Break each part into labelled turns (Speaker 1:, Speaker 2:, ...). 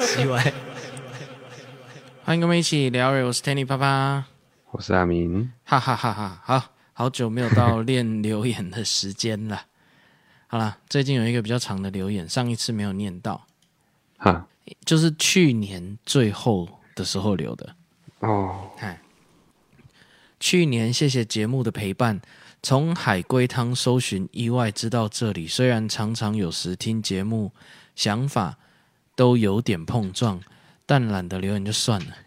Speaker 1: 奇怪，
Speaker 2: 欢迎跟我们一起聊瑞，我是 Tanny 啪啪，
Speaker 3: 我是阿明。
Speaker 2: 哈哈哈哈！好好久没有到练留言的时间了。 好啦，最近有一个比较长的留言，上一次没有念到，
Speaker 3: 哈，
Speaker 2: 就是去年最后的时候留的。
Speaker 3: 哦，
Speaker 2: 哎，去年谢谢节目的陪伴，从海龟汤搜寻意外知道这里，虽然常常有时听节目想法都有点碰撞，但懒得留言就算了。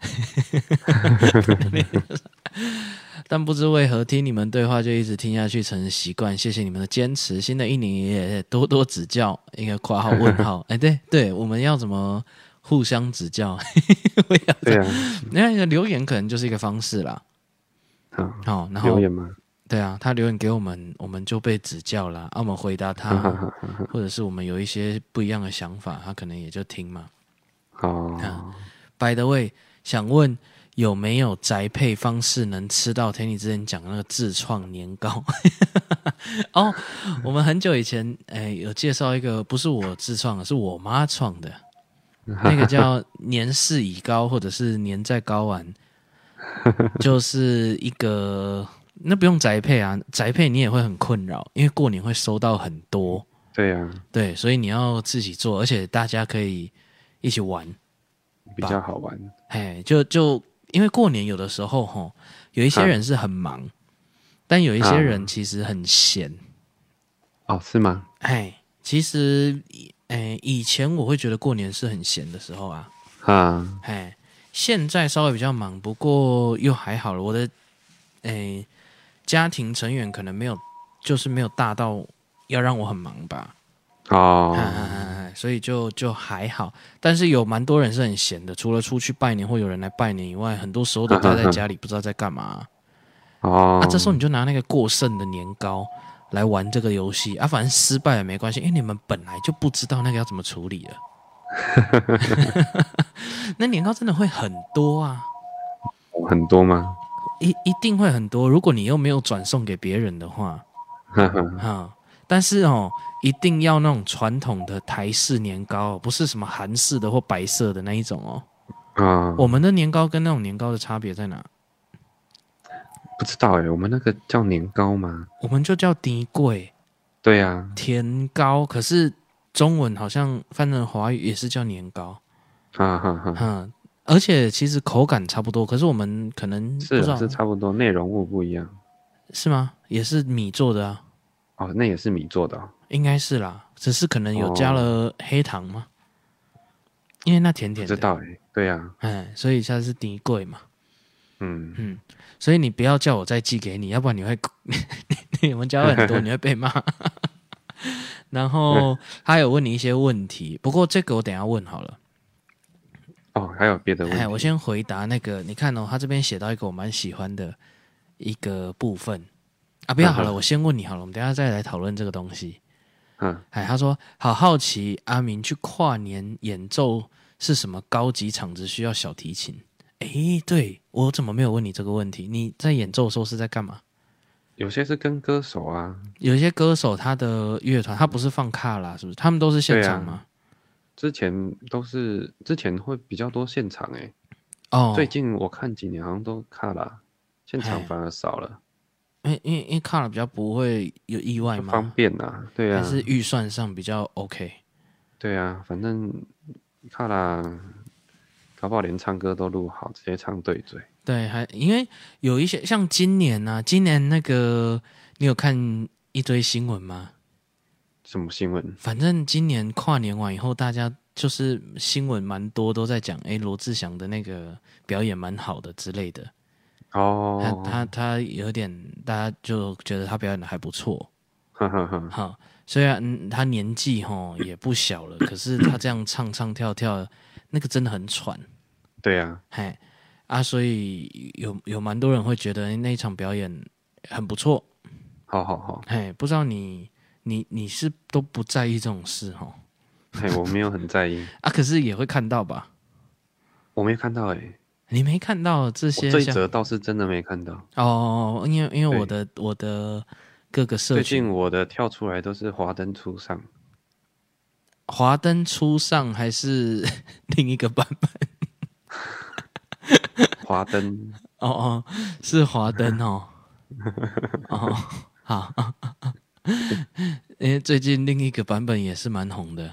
Speaker 2: 但不知为何听你们对话就一直听下去成了习惯，谢谢你们的坚持。新的一年也多多指教，应该括号问号。哎，对对，我们要怎么互相指教？我也要
Speaker 3: 对啊，
Speaker 2: 那个留言可能就是一个方式啦。
Speaker 3: 好，
Speaker 2: 好、然
Speaker 3: 嗯
Speaker 2: 后
Speaker 3: 留言吗？
Speaker 2: 对啊，他留言给我们，我们就被指教啦。啊，我们回 答
Speaker 3: 哈哈
Speaker 2: 他，
Speaker 3: 哈哈。
Speaker 2: 或者是我们有一些不一样的想法，他可能也就听嘛。啊
Speaker 3: 哦，
Speaker 2: By the way，想问有没有宅配方式能吃到 Tanny 之前讲的那个自创年糕？ 哦，我们很久以前哎有介绍一个，不是我自创的，是我妈创的，那个叫年事已高，或者是年在高丸，就是一个那不用宅配啊，宅配你也会很困扰，因为过年会收到很多，
Speaker 3: 对啊，
Speaker 2: 对，所以你要自己做，而且大家可以一起玩。
Speaker 3: 比较好玩。
Speaker 2: 哎，就就因为过年有的时候吼，有一些人是很忙，但有一些人其实很闲。
Speaker 3: 哦，是吗？
Speaker 2: 哎，其实哎，以前我会觉得过年是很闲的时候啊，
Speaker 3: 哈，
Speaker 2: 哎，现在稍微比较忙，不过又还好了。我的哎，家庭成员可能没有，就是没有大到要让我很忙吧。
Speaker 3: 哦
Speaker 2: 哎，哎哎哎所以就就还好，但是有蛮多人是很闲的，除了出去拜年或有人来拜年以外，很多时候都待在家里，不知道在干嘛。
Speaker 3: 哦
Speaker 2: 啊，，这时候你就拿那个过剩的年糕来玩这个游戏啊，反正失败也没关系，因为你们本来就不知道那个要怎么处理了。 那年糕真的会很多啊，
Speaker 3: 很多吗？
Speaker 2: 一一定会很多。如果你又没有转送给别人的话，
Speaker 3: 哈哈，
Speaker 2: 啊、但是哦，一定要那种传统的台式年糕哦，不是什么韩式的或白色的那一种哦。
Speaker 3: 啊，
Speaker 2: 我们的年糕跟那种年糕的差别在哪？
Speaker 3: 不知道哎，我们那个叫年糕吗？
Speaker 2: 我们就叫低贵
Speaker 3: 对啊，
Speaker 2: 甜糕，可是中文好像翻成华语也是叫年糕，
Speaker 3: 哈哈哈，
Speaker 2: 嗯，而且其实口感差不多，可是我们可能
Speaker 3: 是
Speaker 2: 不知
Speaker 3: 啊
Speaker 2: 道
Speaker 3: 是差不多，内容物不一样。
Speaker 2: 是吗？也是米做的啊，
Speaker 3: 哦，那也是米做的哦。
Speaker 2: 应该是啦，只是可能有加了黑糖吗？因为那甜
Speaker 3: 不
Speaker 2: 甜
Speaker 3: 哦知
Speaker 2: 的，
Speaker 3: 道哎，对啊，
Speaker 2: 哎，所以它是低贵嘛。
Speaker 3: 嗯，
Speaker 2: 嗯，所以你不要叫我再寄给你，要不然你会 你你我们家会 很多，你会被骂。然后他有问你一些问题，不过这个我等一下问好了。
Speaker 3: 哦，还有别的问
Speaker 2: 哎，我
Speaker 3: 题？
Speaker 2: 先回答那个，你看哦，他这边写到一个我蛮喜欢的一个部分啊，不要好了，我先问你好了，我们等一下再来讨论这个东西。
Speaker 3: 嗯，
Speaker 2: 哎，他说好好奇阿明去跨年演奏是什么高级场子需要小提琴？哎，对我怎么没有问你这个问题？你在演奏的时候是在干嘛？
Speaker 3: 有些是跟歌手啊，
Speaker 2: 有一些歌手他的乐团，他不是放卡拉，是不是？他们都是现
Speaker 3: 啊
Speaker 2: 场吗？
Speaker 3: 之前都是之前会比较多现场哎、
Speaker 2: 哦，
Speaker 3: 最近我看几年好像都看了，现场
Speaker 2: 哎
Speaker 3: 反而少了，
Speaker 2: 因因因为卡拉比较不会有意外
Speaker 3: 就方
Speaker 2: 嘛，
Speaker 3: 便啊，对
Speaker 2: 哎还
Speaker 3: 啊，
Speaker 2: 是预算上比较 OK？
Speaker 3: 对啊，反正看了，搞不好连唱歌都录好，直接唱对嘴。
Speaker 2: 对，还因为有一些像今年啊，今年那个你有看一堆新闻吗？
Speaker 3: 什么新闻？
Speaker 2: 反正今年跨年完以后，大家就是新闻蛮多都在讲，哎，罗志祥的那个表演蛮好的之类的，他
Speaker 3: 哦，
Speaker 2: 他他有点大家就觉得他表演的还不错，
Speaker 3: 哈哈哈，
Speaker 2: 哈，虽然嗯他年纪吼也不小了，可是他这样唱唱跳跳，那个真的很喘，
Speaker 3: 对啊，
Speaker 2: 嘿啊，所以有有蛮多人会觉得那一场表演很不错，
Speaker 3: 好好好，
Speaker 2: 嘿，不知道你你你是都不在意这种事吼
Speaker 3: 嘿，我没有很在意，
Speaker 2: 啊，可是也会看到吧？
Speaker 3: 我没看到哎、
Speaker 2: 你没看到这
Speaker 3: 我
Speaker 2: 些
Speaker 3: 这一
Speaker 2: 像
Speaker 3: 则倒是真的没看到。
Speaker 2: 哦，因为因为我
Speaker 3: 对
Speaker 2: 的我的各个社
Speaker 3: 最近
Speaker 2: 群
Speaker 3: 我的跳出来都是华灯初上，
Speaker 2: 华灯初上还是 另一个版本？
Speaker 3: 华灯，
Speaker 2: 哦哦，是华灯哦。哦，好， 因为最近另一个版本也是蛮红的。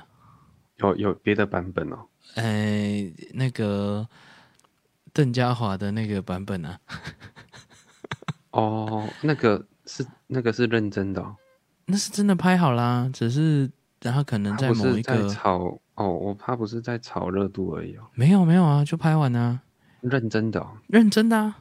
Speaker 3: 有有别的版本哦，
Speaker 2: 哎，那个邓家华的那个版本啊，
Speaker 3: 哦，那个是那个是认真的、哦，
Speaker 2: 那是真的拍好啦，只是然后可能
Speaker 3: 他
Speaker 2: 在
Speaker 3: 不
Speaker 2: 某
Speaker 3: 是
Speaker 2: 一
Speaker 3: 在
Speaker 2: 个
Speaker 3: 炒哦，我怕不是在炒热度而已哦，
Speaker 2: 没有没有啊，就拍完啊，
Speaker 3: 认真的哦，
Speaker 2: 认真的啊，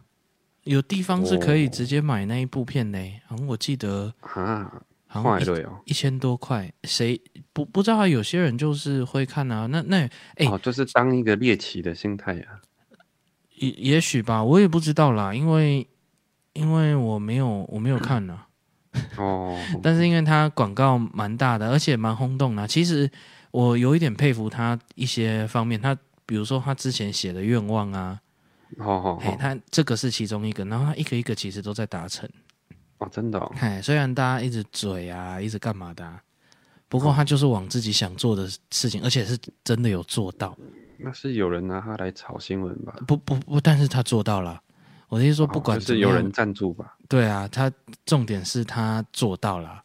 Speaker 2: 有地方是可以
Speaker 3: 哦
Speaker 2: 直接买那一部片嘞，好像我记得
Speaker 3: 啊，
Speaker 2: 好像
Speaker 3: 快
Speaker 2: 一
Speaker 3: 乐哦，
Speaker 2: 一千多块，谁不不知道啊？有些人就是会看啊，那那哎
Speaker 3: 哦，就是当一个猎奇的心态啊，
Speaker 2: 也也许吧，我也不知道啦，因为因为我没有我没有看呢、
Speaker 3: 哦，
Speaker 2: 但是因为它广告蛮大的，而且蛮轰动的啊。其实我有一点佩服他一些方面，他比如说他之前写的愿望啊，
Speaker 3: 好好
Speaker 2: 嘿，
Speaker 3: 好，
Speaker 2: 他这个是其中一个，然后他一个一个其实都在达成。
Speaker 3: 哦，真的哦，
Speaker 2: 嘿，哎虽然大家一直嘴啊，一直干嘛的啊、不
Speaker 3: 哦
Speaker 2: 过他就是往自己想做的事情，而且是真的有做到。
Speaker 3: 那是有人拿它来炒新闻吧？
Speaker 2: 不不不，但是他做到了。我的意思说，
Speaker 3: 哦
Speaker 2: 不管
Speaker 3: 就
Speaker 2: 怎
Speaker 3: 是
Speaker 2: 么
Speaker 3: 有
Speaker 2: 样，
Speaker 3: 人赞助吧？
Speaker 2: 对啊，他重点是他做到了。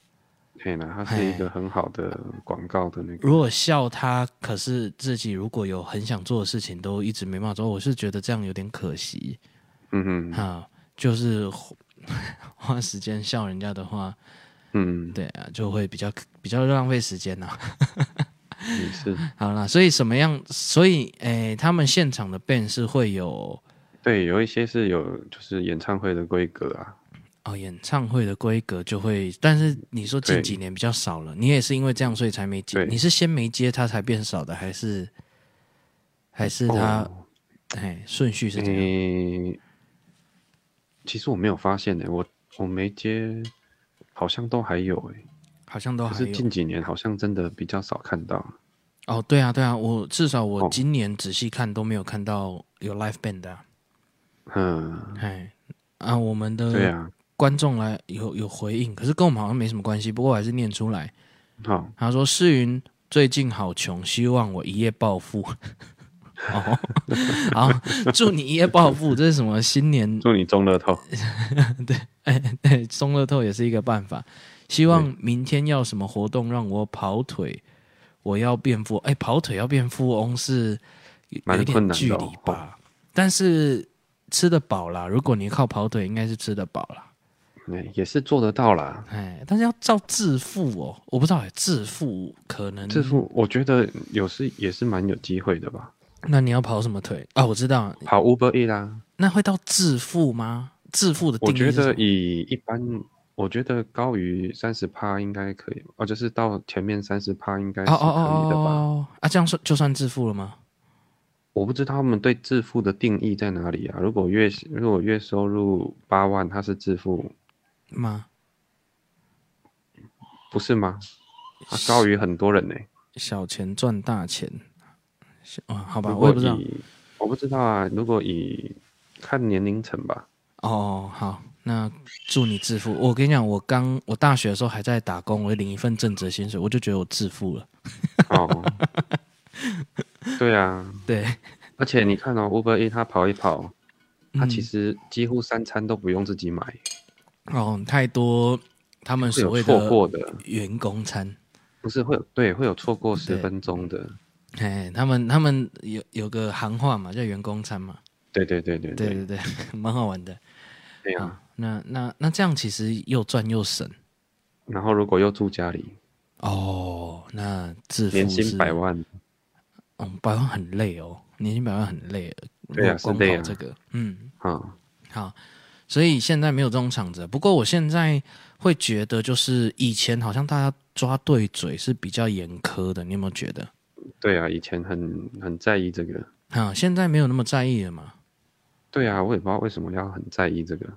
Speaker 3: 可以啦，它是一
Speaker 2: 嘿
Speaker 3: 个很好的广告的那个，
Speaker 2: 如果笑他，可是自己如果有很想做的事情，都一直没办法做，我是觉得这样有点可惜
Speaker 3: 嗯嗯
Speaker 2: 哈、就是花 花时间笑人家的话，
Speaker 3: 嗯，
Speaker 2: 对啊，就会比较比较浪费时间呐、啊
Speaker 3: 也是，
Speaker 2: 好啦，所以什么样？所以诶、他们现场的 band 是会有
Speaker 3: 对，有一些是有就是演唱会的规格啊，
Speaker 2: 哦演唱会的规格就会，但是你说近
Speaker 3: 对
Speaker 2: 几年比较少了，你也是因为这样所以才没接。
Speaker 3: 对
Speaker 2: 你是先没接他才变少的，还是还是他
Speaker 3: 哦
Speaker 2: 哎顺、序是这样？
Speaker 3: 诶、其实我没有发现呢、我我没接，好像都还有诶、
Speaker 2: 好像都
Speaker 3: 可
Speaker 2: 还
Speaker 3: 是
Speaker 2: 有
Speaker 3: 近几年好像真的比较少看到。
Speaker 2: 哦，对啊，对啊，我至少我
Speaker 3: 哦
Speaker 2: 今年仔细看都没有看到有 l i f e band 的、啊，
Speaker 3: 嗯，
Speaker 2: 哎啊，我们
Speaker 3: 对
Speaker 2: 的
Speaker 3: 啊，
Speaker 2: 观众来有有回应，可是跟我们好像没什么关系，不过我还是念出来。
Speaker 3: 好、
Speaker 2: 他说：“世云最近好穷，希望我一夜暴富。” 哦，好，祝你一夜暴富，这是什么新年？
Speaker 3: 祝你中乐透。
Speaker 2: 哎，对，中乐透也是一个办法。希望明天要什么活动让我跑腿，我要变富。哎，跑腿要变富翁是有
Speaker 3: 蛮
Speaker 2: 有一点
Speaker 3: 困难的哦
Speaker 2: 距离吧，但是吃得饱啦。如果你靠跑腿，应该是吃得饱啦。
Speaker 3: 哎、也是做得到啦。
Speaker 2: 哎，但是要照致富哦，我不知道哎，致富可能
Speaker 3: 这副我觉得有是也是蛮有机会的吧，
Speaker 2: 那你要跑什么腿啊？我知道，
Speaker 3: 跑 Uber E 啦。
Speaker 2: 那会到致富吗？致富的定
Speaker 3: 我
Speaker 2: 义
Speaker 3: 觉
Speaker 2: 是什
Speaker 3: 得
Speaker 2: 么
Speaker 3: 以一般，我觉得高于三十趴应该可以，哦，就是到前面三十趴应该是
Speaker 2: 哦
Speaker 3: 可
Speaker 2: 哦
Speaker 3: 以
Speaker 2: 哦
Speaker 3: 的吧。
Speaker 2: 哦啊，这样算就算致富了吗？
Speaker 3: 我不知道他们对致富的定义在哪里啊？如果月如果月收入八万，他是致富，
Speaker 2: 吗？
Speaker 3: 不是吗？他高于很多人呢、
Speaker 2: 小钱赚大钱，是哦，好吧，
Speaker 3: 如
Speaker 2: 我
Speaker 3: 果
Speaker 2: 也不知道。
Speaker 3: 以我不知道啊，如果以看年龄层吧，
Speaker 2: 哦，好，那祝你致富。我跟你讲，我刚我大学的时候还在打工，我领一份正职薪水，我就觉得我致富了。
Speaker 3: 哦，对啊，
Speaker 2: 对，
Speaker 3: 而且你看哦，Uber E 他跑一跑，他其
Speaker 2: 嗯
Speaker 3: 实几乎三餐都不用自己买，
Speaker 2: 哦，太多他们
Speaker 3: 会
Speaker 2: 所
Speaker 3: 有
Speaker 2: 谓
Speaker 3: 错
Speaker 2: 的
Speaker 3: 过的，
Speaker 2: 员工餐，
Speaker 3: 不是会有对会有错过十
Speaker 2: 对
Speaker 3: 分钟的，
Speaker 2: 哎，他们他们有有个行话嘛，叫员工餐嘛，
Speaker 3: 对对对对
Speaker 2: 对
Speaker 3: 对
Speaker 2: 对对， 蛮好玩的。
Speaker 3: 对啊。
Speaker 2: 啊，那那那这样其实又赚又省
Speaker 3: 然后如果又住家里，
Speaker 2: 哦。那致富
Speaker 3: 年
Speaker 2: 是
Speaker 3: 薪百，万，
Speaker 2: 嗯，百万很累哦，年薪百万很累了。
Speaker 3: 对啊
Speaker 2: 如果
Speaker 3: 是累啊
Speaker 2: 光跑这个，嗯，
Speaker 3: 嗯。
Speaker 2: 好，所以现在没有这种场子。不过我现在会觉得，就是以前好像大家抓对嘴是比较严苛的，你有没有觉得？
Speaker 3: 对啊，以前很很在意这个。
Speaker 2: 啊，现在没有那么在意了嘛？
Speaker 3: 对啊，我也不知道为什么要很在意这个。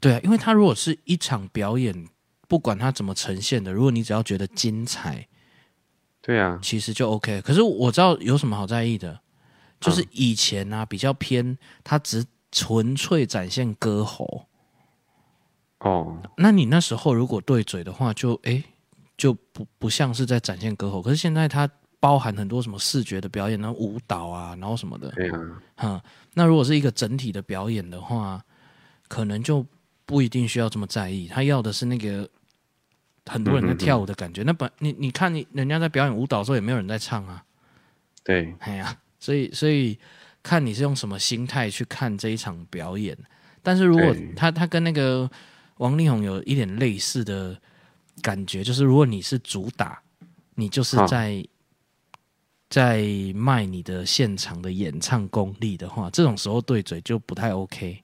Speaker 2: 对啊，因为他如果是一场表演，不管他怎么呈现的，如果你只要觉得精彩，
Speaker 3: 对啊，
Speaker 2: 其实就 OK。可是我知道有什么好在意的，就是以前啊比较偏，他只纯粹展现歌喉。
Speaker 3: 哦，
Speaker 2: 那你那时候如果对嘴的话就，诶就不不像是在展现歌喉。可是现在他包含很多什么视觉的表演，然后舞蹈啊，然后什么的，
Speaker 3: 对啊，
Speaker 2: 哈、那如果是一个整体的表演的话，可能就不一定需要这么在意。他要的是那个很多人在跳舞的感觉。那本你你看你人家在表演舞蹈的时候，也没有人在唱啊，
Speaker 3: 对，
Speaker 2: 哎呀、所以所以看你是用什么心态去看这一场表演。但是如果
Speaker 3: 对
Speaker 2: 他他跟那个王力宏有一点类似的感觉，就是如果你是主打，你就是
Speaker 3: 啊
Speaker 2: 在在卖你的现场的演唱功力的话，这种时候对嘴就不 太 OK。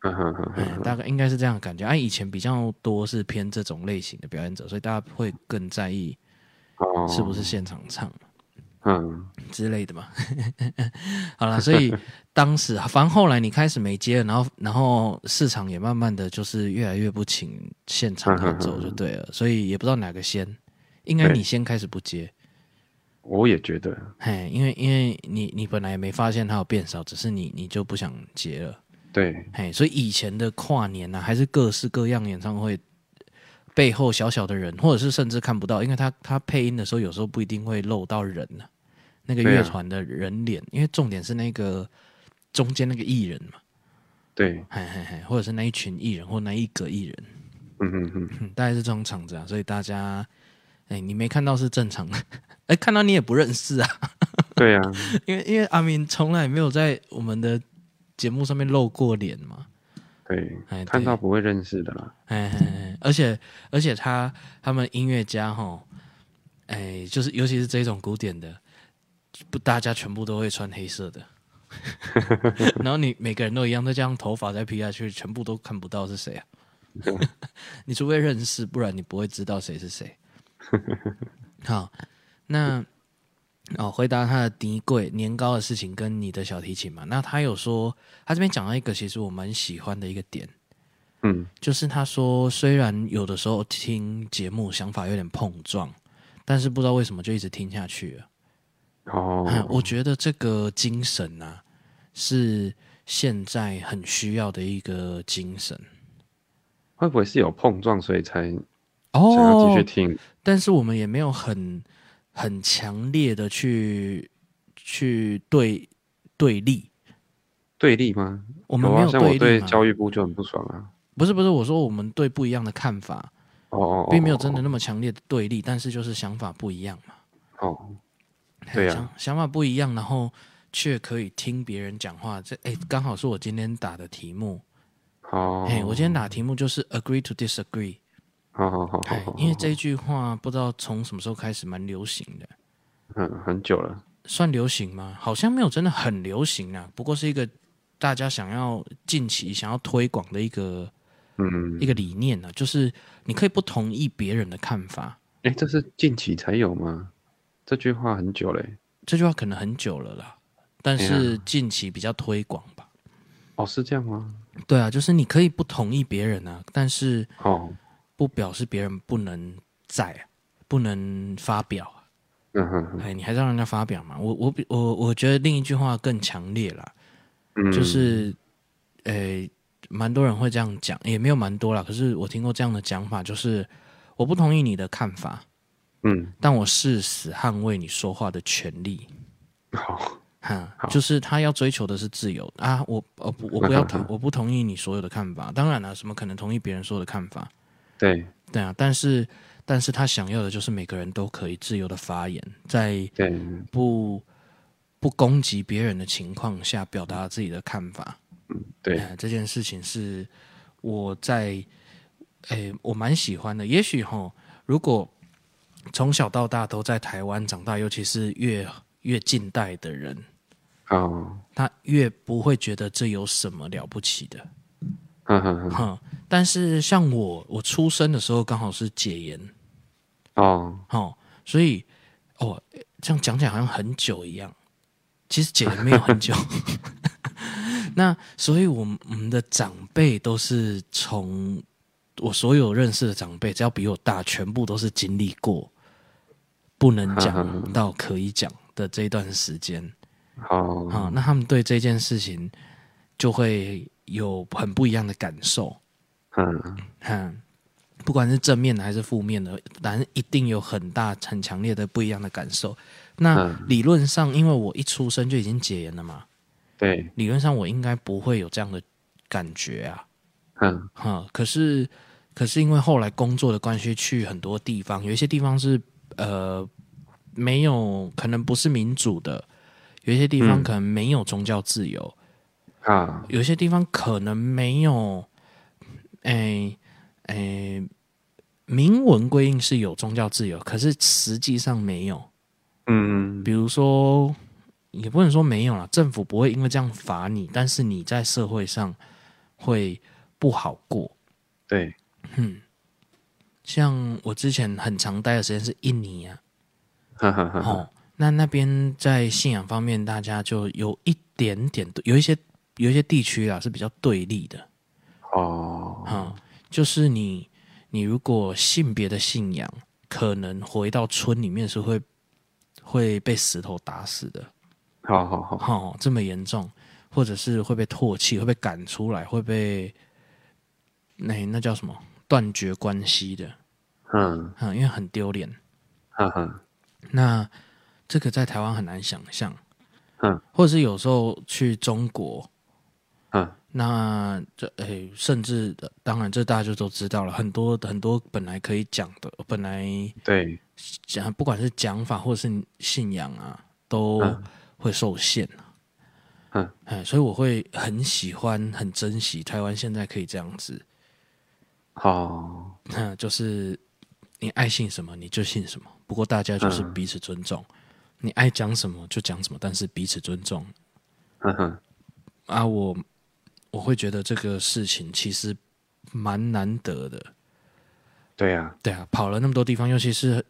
Speaker 3: 哈哈哈哈
Speaker 2: 哎，大概应该是这样的感觉。哎、以前比较多是偏这种类型的表演者，所以大家会更在意
Speaker 3: 哦，
Speaker 2: 是不是？现场唱。
Speaker 3: 嗯，
Speaker 2: 之类的嘛。好了，所以当时反正后来你开始没接了，然后然后市场也慢慢的就是越来越不请现场合奏就对了，所以也不知道哪个先，应该
Speaker 3: 对
Speaker 2: 你先开始不接，
Speaker 3: 我也觉得，
Speaker 2: 嘿，因为因为你你本来也没发现它有变少，只是你你就不想接了，
Speaker 3: 对，
Speaker 2: 嘿，所以以前的跨年呢、还是各式各样演唱会。背后小小的人，或者是甚至看不到，因为他他配音的时候，有时候不一定会露到人呢、那个
Speaker 3: 对啊
Speaker 2: 乐团的人脸，因为重点是那个中间那个艺人嘛，
Speaker 3: 对，
Speaker 2: 嘿嘿嘿，或者是那一群艺人或那一个艺人，
Speaker 3: 嗯嗯嗯，
Speaker 2: 嗯，大概是这种场子啊，所以大家，哎、你没看到是正常的， 哎、看到你也不认识啊，
Speaker 3: 对啊，
Speaker 2: 因为因为阿明从来没有在我们的节目上面露过脸嘛，
Speaker 3: 对，
Speaker 2: 哎、对
Speaker 3: 看到不会认识的啦，
Speaker 2: 哎，嘿嘿而且而且他他们音乐家哈，哎，就是尤其是这种古典的，不大家全部都会穿黑色的， 然后你每个人都一样，再加上头发再披下去，全部都看不到是谁啊。 你除非认识，不然你不会知道谁是谁。 好，那哦，回答他的第一柜年糕的事情跟你的小提琴嘛，那他有说他这边讲到一个其实我蛮喜欢的一个点。
Speaker 3: 嗯，
Speaker 2: 就是他说，虽然有的时候听节目想法有点碰撞，但是不知道为什么就一直听下去了。嗯
Speaker 3: 哦，
Speaker 2: 我觉得这个精神啊，是现在很需要的一个精神。
Speaker 3: 会不会是有碰撞，所以才想要继续
Speaker 2: 哦，
Speaker 3: 听？
Speaker 2: 但是我们也没有很很强烈的去去对对立，
Speaker 3: 对立吗？
Speaker 2: 我们
Speaker 3: 有
Speaker 2: 没
Speaker 3: 啊，像我
Speaker 2: 对
Speaker 3: 对
Speaker 2: 立嘛。
Speaker 3: 教育部就很不爽啊。
Speaker 2: 不是不是，我说我们对不一样的看法，
Speaker 3: 哦哦，哦
Speaker 2: 并没有真的那么强烈的对立，但是就是想法不一样嘛。
Speaker 3: 哦，对啊
Speaker 2: 想想法不一样，然后却可以听别人讲话。这哎，刚好是我今天打的题目。
Speaker 3: 好，
Speaker 2: 哎、我今天打题目就是 agree to disagree。
Speaker 3: 好好好好
Speaker 2: 哎，
Speaker 3: 好，
Speaker 2: 因为这一句话不知道从什么时候开始蛮流行的，
Speaker 3: 嗯，很久了，
Speaker 2: 算流行吗？好像没有真的很流行啊，不过是一个大家想要近期想要推广的一个
Speaker 3: 嗯
Speaker 2: 一，个理念啊，就是你可以不同意别人的看法。
Speaker 3: 哎，这是近期才有吗？这句话很久欸嘞，
Speaker 2: 这句话可能很久了啦，但
Speaker 3: 啊
Speaker 2: 是近期比较推广吧。
Speaker 3: 哦，是这样吗？
Speaker 2: 对啊，就是你可以不同意别人啊，但是
Speaker 3: 哦，
Speaker 2: 不表示别人不能在，不能发表啊。
Speaker 3: 嗯哼哼，
Speaker 2: 哎，你还是让人家发表嘛？我我比我我觉得另一句话更强烈啦，
Speaker 3: 嗯，
Speaker 2: 就是，呃，蛮多人会这样讲，也没有蛮多啦。可是我听过这样的讲法，就是我不同意你的看法，
Speaker 3: 嗯，
Speaker 2: 但我誓死捍卫你说话的权利。
Speaker 3: 好，
Speaker 2: 哈
Speaker 3: 好，
Speaker 2: 就是他要追求的是自由啊！我呃不，我不要同，我不同意你所有的看法。当然了、什么可能同意别人所有的看法？
Speaker 3: 对
Speaker 2: 对啊，但是但是他想要的就是每个人都可以自由的发言，在
Speaker 3: 对，
Speaker 2: 不不攻击别人的情况下表达自己的看法。
Speaker 3: 嗯对
Speaker 2: 呃这件事情是我在诶、我蛮喜欢的。也许哈，如果从小到大都在台湾长大，尤其是越越近代的人，
Speaker 3: 哦，
Speaker 2: 他越不会觉得这有什么了不起的。
Speaker 3: 嗯哼哼，
Speaker 2: 哈、但是像我，我出生的时候刚好是解严。
Speaker 3: 哦，
Speaker 2: 哦，所以哦，这样讲起来好像很久一样，其实解严没有很久。 那所以，我们我们的长辈都是从我所有认识的长辈，只要比我大，全部都是经历过不能讲到可以讲的这一段时间
Speaker 3: 好，
Speaker 2: 啊、那他们对这件事情就会有很不一样的感受。
Speaker 3: 嗯，
Speaker 2: 嗯，不管是正面的还是负面的，但是一定有很大很强烈的不一样的感受。那
Speaker 3: 嗯
Speaker 2: 理论上，因为我一出生就已经解严了嘛，
Speaker 3: 对，
Speaker 2: 理论上我应该不会有这样的感觉啊。
Speaker 3: 嗯
Speaker 2: 哈、可是可是因为后来工作的关系，去很多地方，有一些地方是呃没有，可能不是民主的，有一些地方
Speaker 3: 嗯
Speaker 2: 可能没有宗教自由，
Speaker 3: 啊，
Speaker 2: 有一些地方可能没有，诶、诶、明文规定是有宗教自由，可是实际上没有。
Speaker 3: 嗯，
Speaker 2: 比如说，也不能说没有啦，政府不会因为这样罚你，但是你在社会上会不好过。
Speaker 3: 对，
Speaker 2: 像我之前很常待的时间是印尼啊，
Speaker 3: 哈哈哈哈，
Speaker 2: 哦，那那边在信仰方面，大家就有一点点，有一些有一些地区啊是比较对立的，
Speaker 3: 哦，
Speaker 2: 啊、就是你你如果性别的信仰，可能回到村里面是会会被石头打死的，
Speaker 3: 好好好，
Speaker 2: 哦，这么严重，或者是会被唾弃，会被赶出来，会被那、那叫什么断绝关系的，
Speaker 3: 嗯，
Speaker 2: 啊、因为很丢脸。
Speaker 3: 哈哈，
Speaker 2: 那这个在台湾很难想象，
Speaker 3: 嗯，
Speaker 2: 或者是有时候去中国，
Speaker 3: 嗯，
Speaker 2: 那这诶，甚至呃当然这大家就都知道了，很多很多本来可以讲的，本来
Speaker 3: 对，
Speaker 2: 讲不管是讲法或是信仰啊，都
Speaker 3: 嗯
Speaker 2: 会受限。啊
Speaker 3: 嗯，
Speaker 2: 哎，所以我会很喜欢、很珍惜台湾现在可以这样子，
Speaker 3: 好，
Speaker 2: 嗯，就是你爱信什么你就信什么，不过大家就是
Speaker 3: 嗯
Speaker 2: 彼此尊重，你爱讲什么就讲什么，但是彼此尊重
Speaker 3: 哈哈，
Speaker 2: 啊。我我会觉得这个事情其实蛮难得的，
Speaker 3: 对呀，
Speaker 2: 对啊，跑了那么多地方，尤其是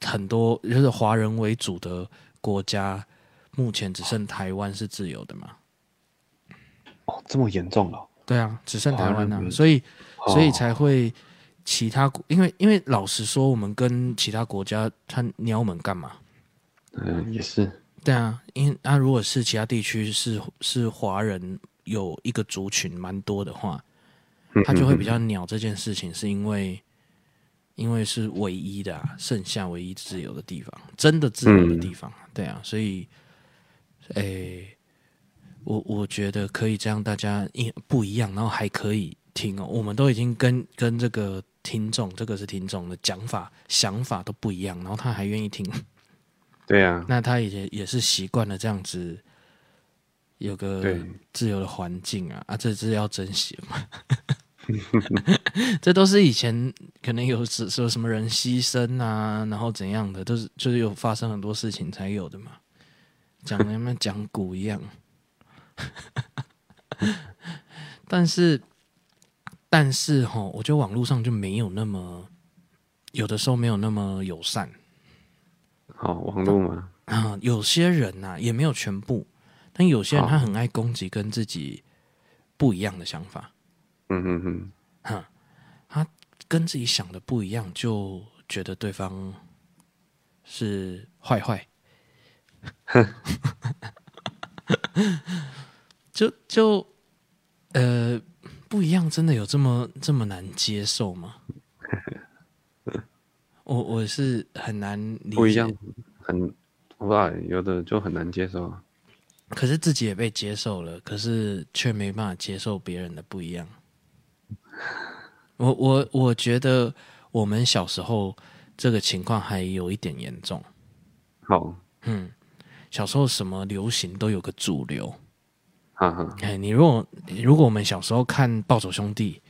Speaker 2: 很多就是华人为主的国家，目前只剩台湾是自由的嘛。
Speaker 3: 哦，这么严重了，
Speaker 2: 对啊，只剩台湾
Speaker 3: 华人
Speaker 2: 啊，
Speaker 3: 为主
Speaker 2: 所以
Speaker 3: 哦
Speaker 2: 所以才会其他国，因为因为老实说，我们跟其他国家他鸟我们干嘛？
Speaker 3: 嗯，也是，
Speaker 2: 对啊，因为啊，如果是其他地区是是华人有一个族群蛮多的话，
Speaker 3: 嗯
Speaker 2: 他就会比较鸟这件事情，是因为因为是唯一的、啊，剩下唯一自由的地方，真的自由的地方，对啊，所以，诶、我我觉得可以这样，大家一不一样，然后还可以听哦，我们都已经跟跟这个听众，这个是听众的讲法、想法都不一样，然后他还愿意听，
Speaker 3: 嗯对啊呀，
Speaker 2: 那他也也是习惯了这样子。有个
Speaker 3: 对，
Speaker 2: 自由的环境啊，啊，这是要珍惜嘛。 这都是以前可能有什说什么人牺牲啊，然后怎样的，都是就是有发生很多事情才有的嘛。 讲的们讲古一样， 但是但是哈，我觉得网络上就没有那么有的时候没有那么友善
Speaker 3: 好，网络嘛，
Speaker 2: 啊。有些人呐、也没有全部，但有些人
Speaker 3: 好
Speaker 2: 他很爱攻击跟自己不一样的想法。
Speaker 3: 嗯嗯嗯，
Speaker 2: 哈，他跟自己想的不一样，就觉得对方是坏坏。就就呃，不一样，真的有这么这么难接受吗？ 我我是很难理解，
Speaker 3: 不一样，很，我不知道，有的就很难接受啊，
Speaker 2: 可是自己也被接受了，可是却没办法接受别人的不一样。我我我觉得我们小时候这个情况还有一点严重。
Speaker 3: 好，
Speaker 2: 嗯，小时候什么流行都有个主流。
Speaker 3: 哈哈，
Speaker 2: 哎，你如果如果我们小时候看《暴走兄弟》，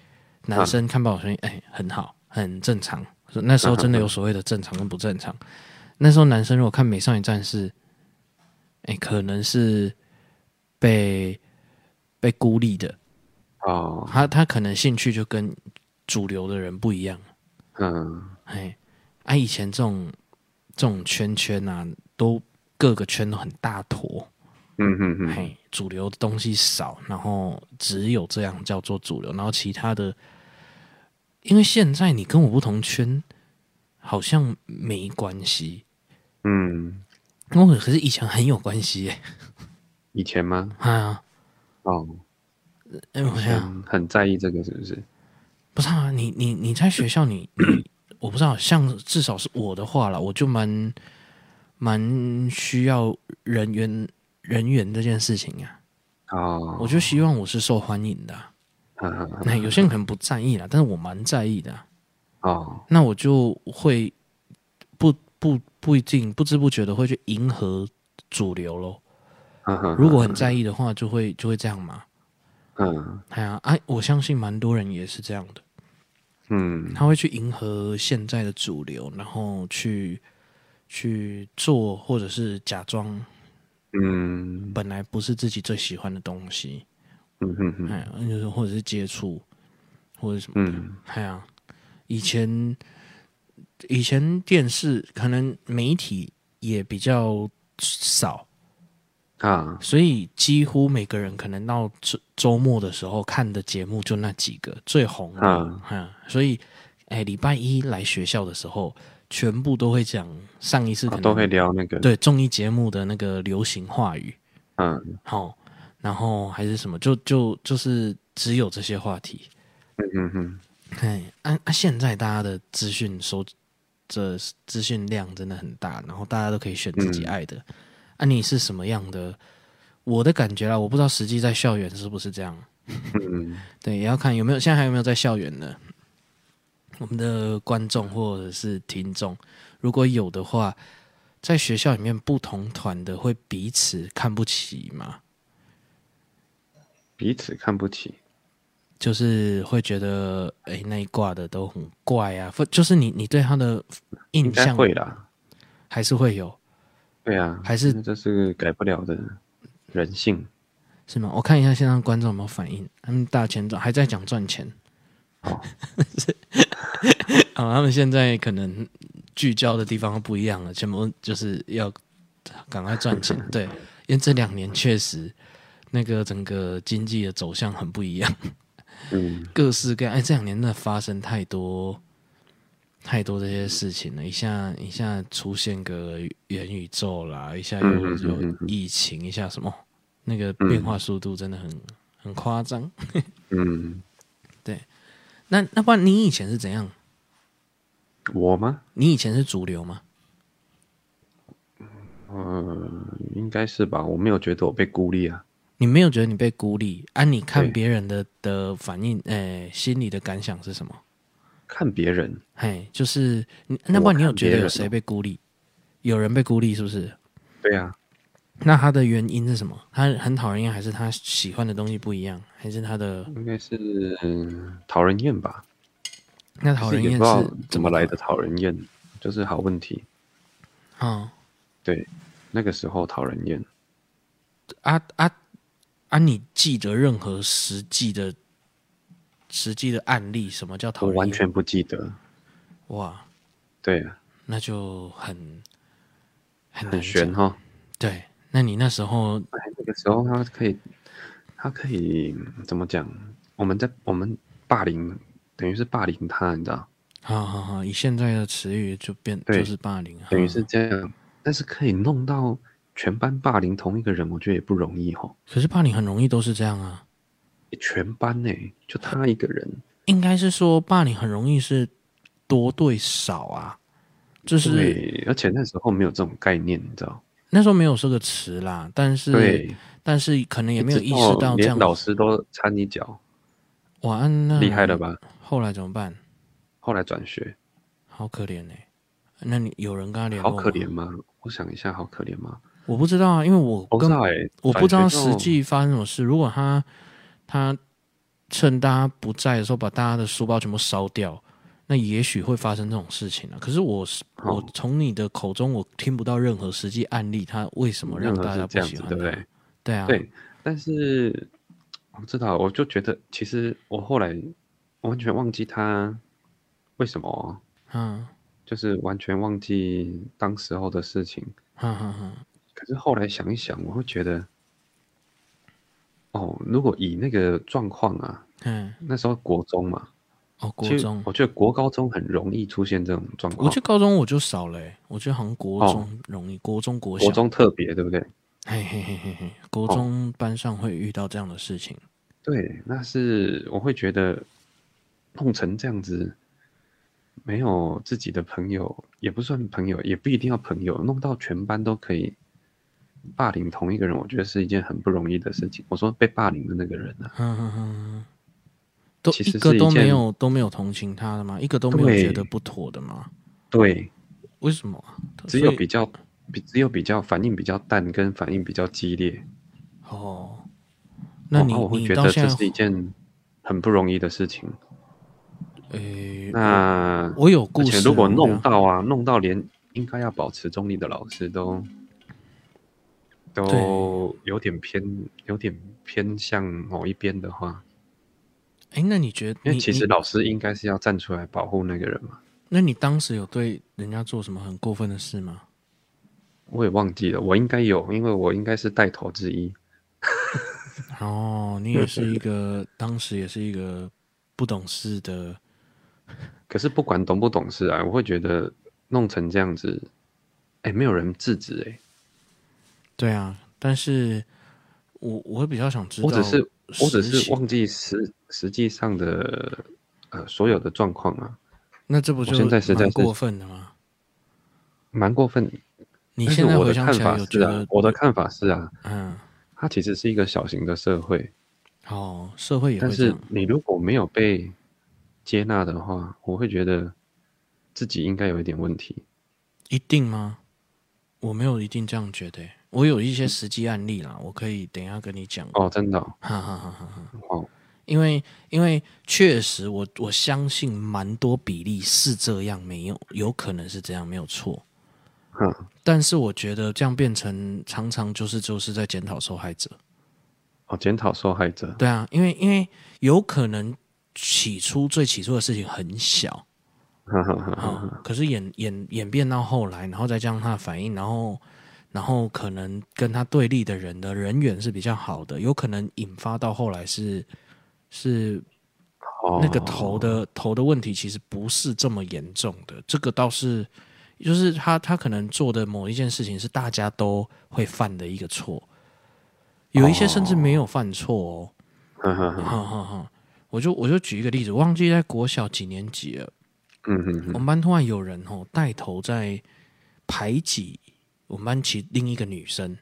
Speaker 2: 男生看《暴走兄弟》，哎，很好，很正常。那时候真的有所谓的正常跟不正常。那时候男生如果看《美少女战士》，哎，可能是被被孤立的，
Speaker 3: 哦，
Speaker 2: 他他可能兴趣就跟主流的人不一样。
Speaker 3: 嗯，
Speaker 2: 哎，啊，以前这种这种圈圈啊，都各个圈都很大坨。
Speaker 3: 嗯嗯嗯，
Speaker 2: 嘿，主流的东西少，然后只有这样叫做主流，然后其他的，因为现在你跟我不同圈，好像没关系。
Speaker 3: 嗯，
Speaker 2: 我可是以前很有关系耶，
Speaker 3: 以前吗？
Speaker 2: 啊，
Speaker 3: 哦，
Speaker 2: 哎，我想想，
Speaker 3: 啊嗯很在意这个是不是？
Speaker 2: 不是啊，你你你在学校你，你我不知道，像至少是我的话啦，我就蛮蛮需要人员人员这件事情啊，
Speaker 3: 哦，
Speaker 2: 我就希望我是受欢迎的啊、
Speaker 3: 呵呵呵
Speaker 2: 那有些人可能不在意啦，但是我蛮在意的啊、
Speaker 3: 哦，
Speaker 2: 那我就会不不不一定不知不觉的会去迎合主流咯。
Speaker 3: 呵呵
Speaker 2: 如果很在意的话，就会就会这样嘛。
Speaker 3: 嗯
Speaker 2: 哎呀，哎、我相信蛮多人也是这样的，
Speaker 3: 嗯
Speaker 2: 他会去迎合现在的主流，然后去去做或者是假装
Speaker 3: 嗯
Speaker 2: 本来不是自己最喜欢的东西，
Speaker 3: 嗯哼哼
Speaker 2: 哎呀，就是或者是接触或者什么，
Speaker 3: 嗯
Speaker 2: 哎呀，以前以前电视可能媒体也比较少，
Speaker 3: 啊
Speaker 2: 所以几乎每个人可能到周周末的时候看的节目就那几个最红的，
Speaker 3: 嗯
Speaker 2: 嗯，所以哎，礼拜一来学校的时候，全部都会讲上一次可
Speaker 3: 啊
Speaker 2: 能、
Speaker 3: 都会聊那个
Speaker 2: 对综艺节目的那个流行话语，
Speaker 3: 嗯
Speaker 2: 好、然后还是什么，就就就是只有这些话题。
Speaker 3: 嗯嗯哼
Speaker 2: 哎，啊啊！现在大家的资讯收这资讯量真的很大，然后大家都可以选自己爱的。啊，你是什么样的？我的感觉啦，我不知道实际在校园是不是这样。
Speaker 3: 嗯
Speaker 2: 对，也要看有没有现在还有没有在校园的我们的观众或者是听众，如果有的话，在学校里面不同团的会彼此看不起嘛，
Speaker 3: 彼此看不起
Speaker 2: 就是会觉得哎、那一挂的都很怪啊，不就是你你对他的
Speaker 3: 应
Speaker 2: 印
Speaker 3: 该
Speaker 2: 象
Speaker 3: 会啦，
Speaker 2: 还是会有。
Speaker 3: 对啊，
Speaker 2: 还是
Speaker 3: 那这是改不了的人性
Speaker 2: 是吗？我看一下线上观众有没有反应，他们大钱赚还在讲赚钱，
Speaker 3: 哦
Speaker 2: 啊，他们现在可能聚焦的地方不一样了，全部就是要赶快赚钱，对，因为这两年确实那个整个经济的走向很不一样，
Speaker 3: 嗯
Speaker 2: 各式各样，哎，这两年真的发生太多太多这些事情了，一下一下出现个元宇宙啦，一下又
Speaker 3: 嗯嗯嗯
Speaker 2: 有
Speaker 3: 嗯嗯
Speaker 2: 疫情，一下什么，那个变化速度真的很很夸张。
Speaker 3: 嗯
Speaker 2: 那那不然你以前是怎样？
Speaker 3: 我吗？
Speaker 2: 你以前是主流吗？
Speaker 3: 嗯，应该是吧，我没有觉得我被孤立啊，
Speaker 2: 你没有觉得你被孤立啊？你看
Speaker 3: 对
Speaker 2: 别人的的反应，诶、心里的感想是什么？
Speaker 3: 看别人
Speaker 2: 嘿，就是你，那不然你有觉
Speaker 3: 别
Speaker 2: 得有
Speaker 3: 人
Speaker 2: 谁
Speaker 3: 哦
Speaker 2: 被孤立？有人被孤立是不是？
Speaker 3: 对啊，
Speaker 2: 那他的原因是什么？他很讨人厌，还是他喜欢的东西不一样，还是他的
Speaker 3: 应该是嗯讨人厌吧，
Speaker 2: 那讨人
Speaker 3: 也
Speaker 2: 厌
Speaker 3: 不知道
Speaker 2: 是
Speaker 3: 怎么来的讨人厌，就是好问题。
Speaker 2: 啊、
Speaker 3: 对，那个时候讨人厌，
Speaker 2: 啊啊啊！你记得任何实际的实际的案例？什么叫讨
Speaker 3: 我
Speaker 2: 人厌？
Speaker 3: 完全不记得。
Speaker 2: 哇，
Speaker 3: 对啊，
Speaker 2: 那就很很难
Speaker 3: 很悬
Speaker 2: 讲
Speaker 3: 哈。
Speaker 2: 对，那你那时候
Speaker 3: 哎，那个时候他可以，他可以怎么讲？我们在我们霸凌，等于是霸凌他，你知道？
Speaker 2: 好好好，以现在的词语就变
Speaker 3: 对
Speaker 2: 就是霸凌，
Speaker 3: 等于是这样，但是可以弄到全班霸凌同一个人，我觉得也不容易哈。
Speaker 2: 可是霸凌很容易都是这样啊，
Speaker 3: 全班呢、就他一个人，
Speaker 2: 应该是说霸凌很容易是多对少啊，就是
Speaker 3: 对，而且那时候没有这种概念，你知道？
Speaker 2: 那时候没有这个词啦，但是
Speaker 3: 对，
Speaker 2: 但是可能也没有
Speaker 3: 直
Speaker 2: 意识到这
Speaker 3: 连
Speaker 2: 样。嗯
Speaker 3: 老师都掺一脚，
Speaker 2: 晚安那
Speaker 3: 厉害了？吧？
Speaker 2: 后来怎么办？
Speaker 3: 后来转学，
Speaker 2: 好可怜哎、那你有人跟他联络
Speaker 3: 好
Speaker 2: 吗？
Speaker 3: 可怜吗？我想一下，好可怜吗？
Speaker 2: 我不知道啊，因为我
Speaker 3: 我不
Speaker 2: 跟
Speaker 3: 知道哎，
Speaker 2: 我不知
Speaker 3: 转
Speaker 2: 道
Speaker 3: 学之
Speaker 2: 实
Speaker 3: 后
Speaker 2: 际发生什么事。如果他他趁大家不在的时候把大家的书包全部烧掉，那也许会发生这种事情啊。可是我是
Speaker 3: 好
Speaker 2: 我从你的口中我听不到任何实际案例，他为什么让
Speaker 3: 任何
Speaker 2: 大家
Speaker 3: 是
Speaker 2: 不
Speaker 3: 这样
Speaker 2: 喜
Speaker 3: 子，
Speaker 2: 欢他？
Speaker 3: 对不对？
Speaker 2: 对啊，
Speaker 3: 对，但是我不知道，我就觉得其实我后来完全忘记他为什么，哦
Speaker 2: 嗯，
Speaker 3: 就是完全忘记当时候的事情。
Speaker 2: 哈哈哈，
Speaker 3: 可是后来想一想，我会觉得，哦，如果以那个状况啊，
Speaker 2: 嗯，
Speaker 3: 那时候国中嘛，
Speaker 2: 哦，国
Speaker 3: 其实
Speaker 2: 中，
Speaker 3: 我觉得国高中很容易出现这种状
Speaker 2: 我
Speaker 3: 况
Speaker 2: 觉得，高中我就少了欸、我觉得好像国
Speaker 3: 哦
Speaker 2: 中容易，国中国小，
Speaker 3: 国中哦特别，对不对？
Speaker 2: 嘿嘿嘿嘿嘿，国中班上会遇到这样的事情。
Speaker 3: 对，那是我会觉得弄成这样子，没有自己的朋友，也不算朋友，也不一定要朋友，弄到全班都可以霸凌同一个人，我觉得是一件很不容易的事情。我说被霸凌的那个人啊，
Speaker 2: 嗯嗯嗯嗯，都
Speaker 3: 其实
Speaker 2: 一个
Speaker 3: 是一
Speaker 2: 都没
Speaker 3: 件
Speaker 2: 有都没有同情他的吗？一个都没有
Speaker 3: 对
Speaker 2: 觉得不妥的吗？
Speaker 3: 对，
Speaker 2: 为什么啊？
Speaker 3: 只
Speaker 2: 所
Speaker 3: 有
Speaker 2: 以
Speaker 3: 比较，比只有比较反应比较淡，跟反应比较激烈，
Speaker 2: 哦，那你、
Speaker 3: 哦我会
Speaker 2: 你
Speaker 3: 觉
Speaker 2: 到
Speaker 3: 得
Speaker 2: 现
Speaker 3: 这
Speaker 2: 在
Speaker 3: 是一件很不容易的事情。
Speaker 2: 诶、
Speaker 3: 那
Speaker 2: 呃我有故
Speaker 3: 而
Speaker 2: 事
Speaker 3: 且
Speaker 2: 啊，
Speaker 3: 如果
Speaker 2: 我
Speaker 3: 弄
Speaker 2: 等
Speaker 3: 到啊，弄到连应该要保持中立的老师都都
Speaker 2: 对
Speaker 3: 有点偏，有点偏向某一边的话，
Speaker 2: 一下诶、那你觉得
Speaker 3: 因为
Speaker 2: 你
Speaker 3: 其
Speaker 2: 你
Speaker 3: 实老师应该是要站出来保护那个人嘛。
Speaker 2: 那你当时有对人家做什么很过分的事吗？
Speaker 3: 我也忘记了，我应该有，因为我应该是带头之一。
Speaker 2: 哦，你也是一个当时也是一个不懂事的，
Speaker 3: 可是不管懂不懂事啊，我会觉得弄成这样子，哎、没有人制止哎、
Speaker 2: 对啊，但是我我会比较想知道
Speaker 3: 我
Speaker 2: 实
Speaker 3: 只
Speaker 2: 行，
Speaker 3: 是我只是忘记实实际上的呃所有的状况啊，
Speaker 2: 那这不就
Speaker 3: 我现在实在
Speaker 2: 蛮
Speaker 3: 是
Speaker 2: 过分的吗？
Speaker 3: 蛮过分。
Speaker 2: 你
Speaker 3: 但是
Speaker 2: 现在
Speaker 3: 我的
Speaker 2: 回想
Speaker 3: 看
Speaker 2: 起来
Speaker 3: 法
Speaker 2: 有
Speaker 3: 是
Speaker 2: 觉得
Speaker 3: 啊，我的看法是啊，
Speaker 2: 嗯，
Speaker 3: 它其实是一个小型的社会，
Speaker 2: 哦，社会也
Speaker 3: 但
Speaker 2: 会这
Speaker 3: 是
Speaker 2: 样，
Speaker 3: 你如果没有被接纳的话，我会觉得自己应该有一点问题。
Speaker 2: 一定吗？我没有一定这样觉得欸、我有一些实际案例啦，我可以等一下跟你讲。
Speaker 3: 哦，真的哦、
Speaker 2: 哈哈哈哈哈！
Speaker 3: 哦，
Speaker 2: 因为因为确实我，我相信蛮多比例是这样，没有有可能是这样，没有错。
Speaker 3: 哼，
Speaker 2: 但是我觉得这样变成常常就是就是在检讨受害者。
Speaker 3: 哦，检讨受害者，
Speaker 2: 对啊，因为因为有可能起初最起初的事情很小
Speaker 3: 哈哈哈
Speaker 2: 啊、
Speaker 3: 哈，
Speaker 2: 可是演演演变到后来，然后再加上他的反应，然后然后可能跟他对立的人的人缘是比较好的，有可能引发到后来是是
Speaker 3: 哦，
Speaker 2: 那个头的、头的问题其实不是这么严重的，这个倒是，就是他他可能做的某一件事情是大家都会犯的一个错，有一些甚至没有犯错哦，
Speaker 3: 哈哈哈，
Speaker 2: 哈哈哈。我就我就举一个例子，我忘记在国小几年级了，
Speaker 3: 嗯嗯
Speaker 2: 我
Speaker 3: 嗯，
Speaker 2: 们班突然有人哦带头在排挤我们班其另一个女生，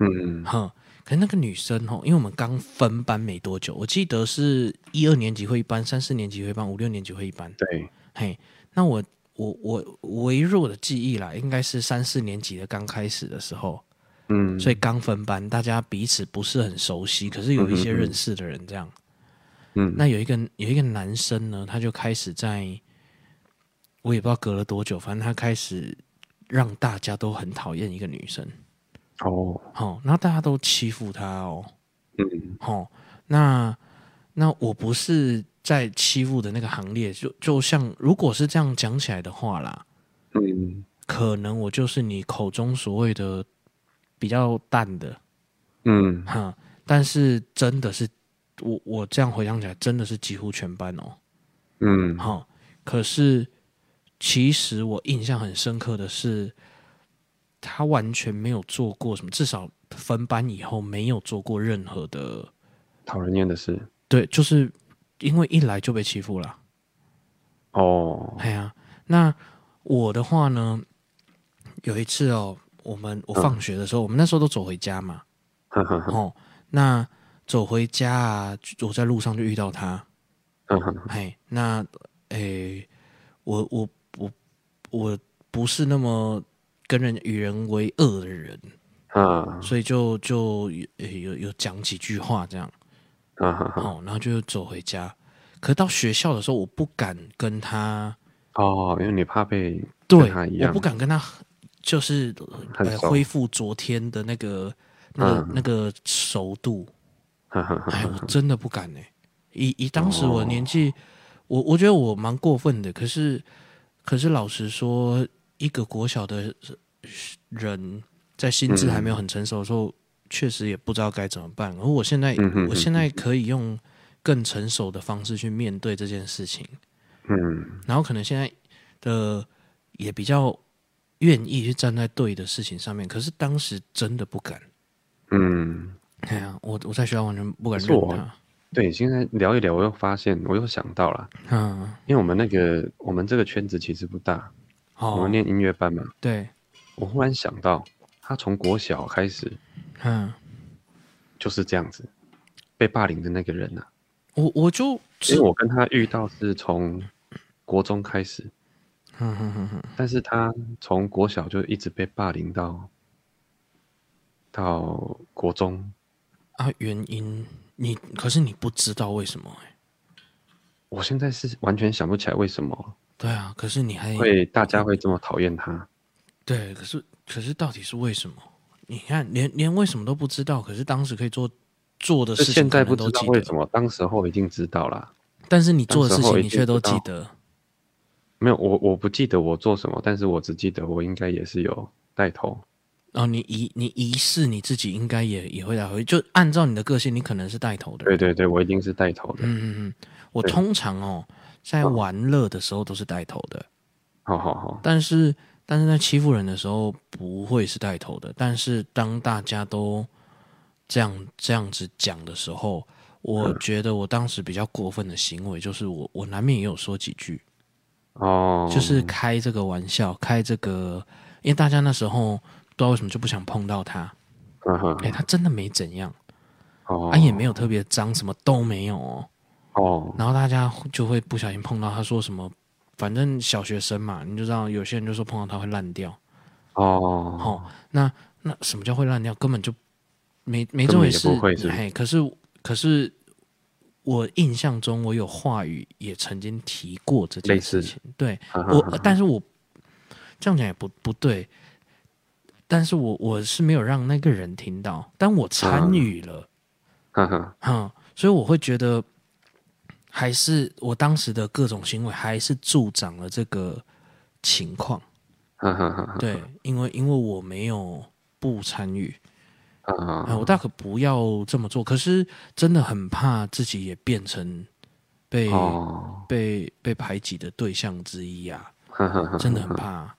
Speaker 3: 嗯嗯，
Speaker 2: 哼，可是那个女生哦，因为我们刚分班没多久，我记得是一二年级会一班，三四年级会一班，五六年级会一班。
Speaker 3: 对，
Speaker 2: 嘿，那我我我微弱的记忆啦，应该是三四年级的刚开始的时候，
Speaker 3: 嗯，
Speaker 2: 所以刚分班，大家彼此不是很熟悉，可是有一些
Speaker 3: 嗯嗯嗯
Speaker 2: 认识的人这样。
Speaker 3: 嗯，
Speaker 2: 那有一个有一个男生呢，他就开始在，我也不知道隔了多久，反正他开始让大家都很讨厌一个女生，
Speaker 3: 哦，
Speaker 2: 哦，然后大家都欺负他哦，
Speaker 3: 嗯
Speaker 2: 哦，那那我不是在欺负的那个行列，就就像如果是这样讲起来的话啦，
Speaker 3: 嗯
Speaker 2: 可能我就是你口中所谓的比较淡的
Speaker 3: 嗯，
Speaker 2: 哈，但是真的是我我这样回想起来，真的是几乎全班哦，
Speaker 3: 嗯，
Speaker 2: 哈。可是其实我印象很深刻的是，他完全没有做过什么，至少分班以后没有做过任何的，
Speaker 3: 讨人厌的事，
Speaker 2: 对，就是因为一来就被欺负了。
Speaker 3: 哦，
Speaker 2: 哎呀，那我的话呢，有一次哦，我们
Speaker 3: 嗯
Speaker 2: 我放学的时候，我们那时候都走回家嘛，
Speaker 3: 哈哈哈，
Speaker 2: 哦，那走回家啊，我在路上就遇到他，
Speaker 3: 哈哈，
Speaker 2: 嘿，哎那诶，我我我我不是那么跟人与人为恶的人，
Speaker 3: 哈
Speaker 2: 所以就就诶有有讲几句话这样，
Speaker 3: 哈哈，
Speaker 2: 哦，然后就走回家。可到学校的时候，我不敢跟他
Speaker 3: 哦，因为你怕被
Speaker 2: 对
Speaker 3: 跟他一，
Speaker 2: 我
Speaker 3: 样
Speaker 2: 不敢跟他就是
Speaker 3: 很
Speaker 2: 呃
Speaker 3: 熟
Speaker 2: 恢复昨天的那个那个、
Speaker 3: 嗯
Speaker 2: 那个熟度，
Speaker 3: 哈哈哈
Speaker 2: 哎，我真的不敢哎、以以当时
Speaker 3: 哦
Speaker 2: 我的年纪，我我觉得我蛮过分的。可是可是老实说，一个国小的人在心智还没有
Speaker 3: 嗯
Speaker 2: 很成熟的时候，确实也不知道该怎么办。而我现在、
Speaker 3: 嗯哼
Speaker 2: 我现在可以用更成熟的方式去面对这件事情。
Speaker 3: 嗯
Speaker 2: 然后可能现在的也比较愿意去站在对的事情上面，可是当时真的不敢。
Speaker 3: 嗯，
Speaker 2: 哎呀，我我在学校完全不敢
Speaker 3: 可是
Speaker 2: 认
Speaker 3: 我
Speaker 2: 他。
Speaker 3: 对，现在聊一聊，我又发现，我又想到了，
Speaker 2: 嗯，
Speaker 3: 因为我们那个我们这个圈子其实不大，我
Speaker 2: 哦
Speaker 3: 们，念音乐班嘛，
Speaker 2: 对，
Speaker 3: 我忽然想到，他从国小开始
Speaker 2: 嗯，
Speaker 3: 就是这样子，被霸凌的那个人呐、啊，
Speaker 2: 我我就
Speaker 3: 因
Speaker 2: 只
Speaker 3: 为，我跟他遇到是从国中开始，
Speaker 2: 嗯嗯嗯嗯，
Speaker 3: 但是他从国小就一直被霸凌到到国中，
Speaker 2: 啊，原因你可是你不知道为什么、欸，
Speaker 3: 我现在是完全想不起来为什么
Speaker 2: 对啊，可是你还
Speaker 3: 会大家会这么讨厌他，
Speaker 2: 对，可是可是到底是为什么？你看，连连为什么都不知道，可是当时可以做做的
Speaker 3: 就
Speaker 2: 事情，
Speaker 3: 现在不知
Speaker 2: 都
Speaker 3: 道
Speaker 2: 记
Speaker 3: 为
Speaker 2: 得，
Speaker 3: 什么，当时候已经知道啦。
Speaker 2: 但是你做的事
Speaker 3: 当时候
Speaker 2: 情
Speaker 3: 已
Speaker 2: 你
Speaker 3: 经
Speaker 2: 却都
Speaker 3: 知
Speaker 2: 记
Speaker 3: 道
Speaker 2: 得。
Speaker 3: 没有，我我不记得我做什么，但是我只记得我应该也是有带头。
Speaker 2: 然后你疑你疑似你自己应该也也会来回，就按照你的个性，你可能是带头的人。
Speaker 3: 对对对，我一定是带头的。
Speaker 2: 嗯嗯嗯，我
Speaker 3: 对嗯
Speaker 2: 通常哦，在玩乐的时候都是带头的，
Speaker 3: 好好好，
Speaker 2: 但是但是在欺负人的时候不会是带头的。但是当大家都这样这样子讲的时候，我觉得我当时比较过分的行为就是我我难免也有说几句，
Speaker 3: 哦，
Speaker 2: 就是开这个玩笑，开这个，因为大家那时候不知道为什么就不想碰到他，
Speaker 3: 嗯哼，
Speaker 2: 哎、他真的没怎样。
Speaker 3: 哦，
Speaker 2: 啊，也没有特别脏，什么都没有哦。
Speaker 3: 哦，
Speaker 2: 然后大家就会不小心碰到，他说什么，反正小学生嘛，你就知道有些人就说碰到他会烂掉。
Speaker 3: 哦，
Speaker 2: 哦，那那什么叫会烂掉？根本就没没
Speaker 3: 根
Speaker 2: 这
Speaker 3: 本
Speaker 2: 回
Speaker 3: 也
Speaker 2: 事哎
Speaker 3: 不会。是
Speaker 2: 嘿，可是可是我印象中，我有话语也曾经提过这件
Speaker 3: 类似
Speaker 2: 事情。对
Speaker 3: 哈哈
Speaker 2: 我
Speaker 3: 哈，
Speaker 2: 但是我这样讲也不不对。但是我我是没有让那个人听到，但我参
Speaker 3: 嗯
Speaker 2: 与了。
Speaker 3: 哈哈，
Speaker 2: 嗯，所以我会觉得，还是我当时的各种行为还是助长了这个情况。
Speaker 3: 哈哈哈哈，
Speaker 2: 对，因为因为我没有不参与，
Speaker 3: 啊
Speaker 2: 啊，我大可不要这么做。可是真的很怕自己也变成被、
Speaker 3: 哦，嗯
Speaker 2: 被被排挤的对象之一啊，
Speaker 3: 哈哈哈，
Speaker 2: 真的很怕。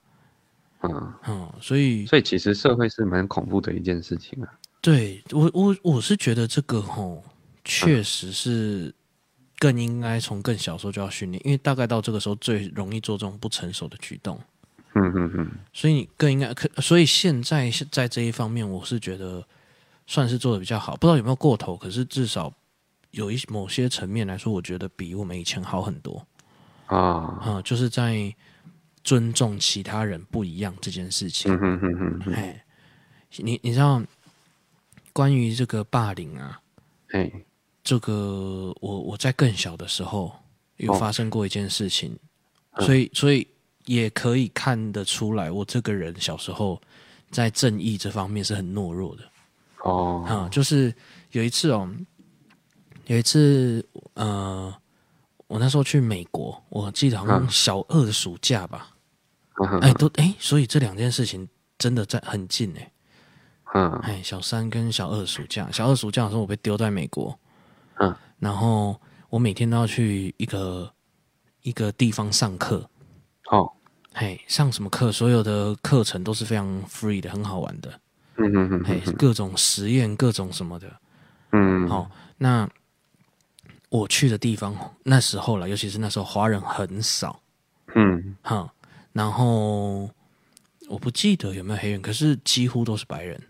Speaker 3: 嗯，
Speaker 2: 嗯，所以
Speaker 3: 所以其实社会是蛮恐怖的一件事情啊。
Speaker 2: 对我我我是觉得这个吼，确实是更应该从更小时候就要训练，因为大概到这个时候最容易做这种不成熟的举动，
Speaker 3: 嗯嗯嗯，
Speaker 2: 所以你更应该可，所以现在是在这一方面，我是觉得算是做的比较好，不知道有没有过头，可是至少有一某些层面来说，我觉得比我们以前好很多
Speaker 3: 啊，
Speaker 2: 啊、就是在尊重其他人不一样这件事
Speaker 3: 嗯。
Speaker 2: 情
Speaker 3: 哼哼哼哼，
Speaker 2: 哎，你你知道关于这个霸凌啊，
Speaker 3: 哎，
Speaker 2: 这个我我在更小的时候有
Speaker 3: 哦
Speaker 2: 发生过一件事情，
Speaker 3: 嗯
Speaker 2: 所以所以也可以看得出来，我这个人小时候在正义这方面是很懦弱的
Speaker 3: 哦，
Speaker 2: 啊、就是有一次哦，有一次呃，我那时候去美国，我记得好像
Speaker 3: 嗯
Speaker 2: 小二的暑假吧，
Speaker 3: 哈哈
Speaker 2: 哎、都哎，所以这两件事情真的在很近哎、
Speaker 3: 哈，
Speaker 2: 哎，小三跟小二暑假，小二暑假的时候我被丢在美国，
Speaker 3: 嗯，
Speaker 2: 然后我每天都要去一个一个地方上课，
Speaker 3: 哦，
Speaker 2: 嘿，上什么课？所有的课程都是非常 free 的，很好玩的，
Speaker 3: 嗯哼哼
Speaker 2: 嘿
Speaker 3: 哼，
Speaker 2: 各种实验，各种什么的。
Speaker 3: 嗯，
Speaker 2: 好、那我去的地方那时候了，尤其是那时候华人很少，
Speaker 3: 嗯，
Speaker 2: 哈，然后我不记得有没有黑人，可是几乎都是白人。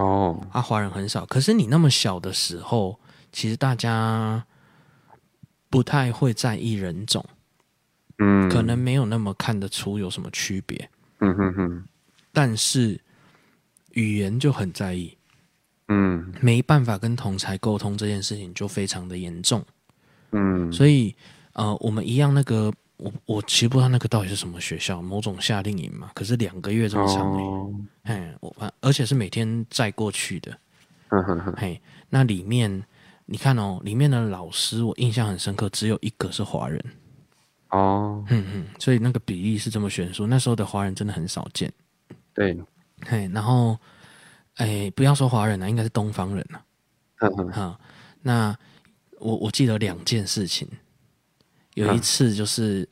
Speaker 3: 哦，
Speaker 2: 啊，华人很少。可是你那么小的时候，其实大家不太会在意人种，
Speaker 3: 嗯，
Speaker 2: 可，能没有那么看得出有什么区别。
Speaker 3: 嗯哼哼，
Speaker 2: 但是语言就很在意，
Speaker 3: 嗯
Speaker 2: 没办法跟同才沟通这件事情就非常的严重。
Speaker 3: 嗯，
Speaker 2: 所以呃，我们一样那个。我我其实不知道那个到底是什么学校，某种夏令营嘛。可是两个月这么长哎、
Speaker 3: 哦，
Speaker 2: 哎，我反而且是每天载过去的，
Speaker 3: 哈哈哈，
Speaker 2: 嘿，那里面你看哦，里面的老师我印象很深刻，只有一个是华人，
Speaker 3: 哦，
Speaker 2: 嗯嗯，所以那个比例是这么悬殊。那时候的华人真的很少见，
Speaker 3: 对，
Speaker 2: 嘿，然后，哎，不要说华人了、应该是东方人了、
Speaker 3: 哈哈，
Speaker 2: 哈、那我我记得两件事情，有一
Speaker 3: 嗯
Speaker 2: 次就是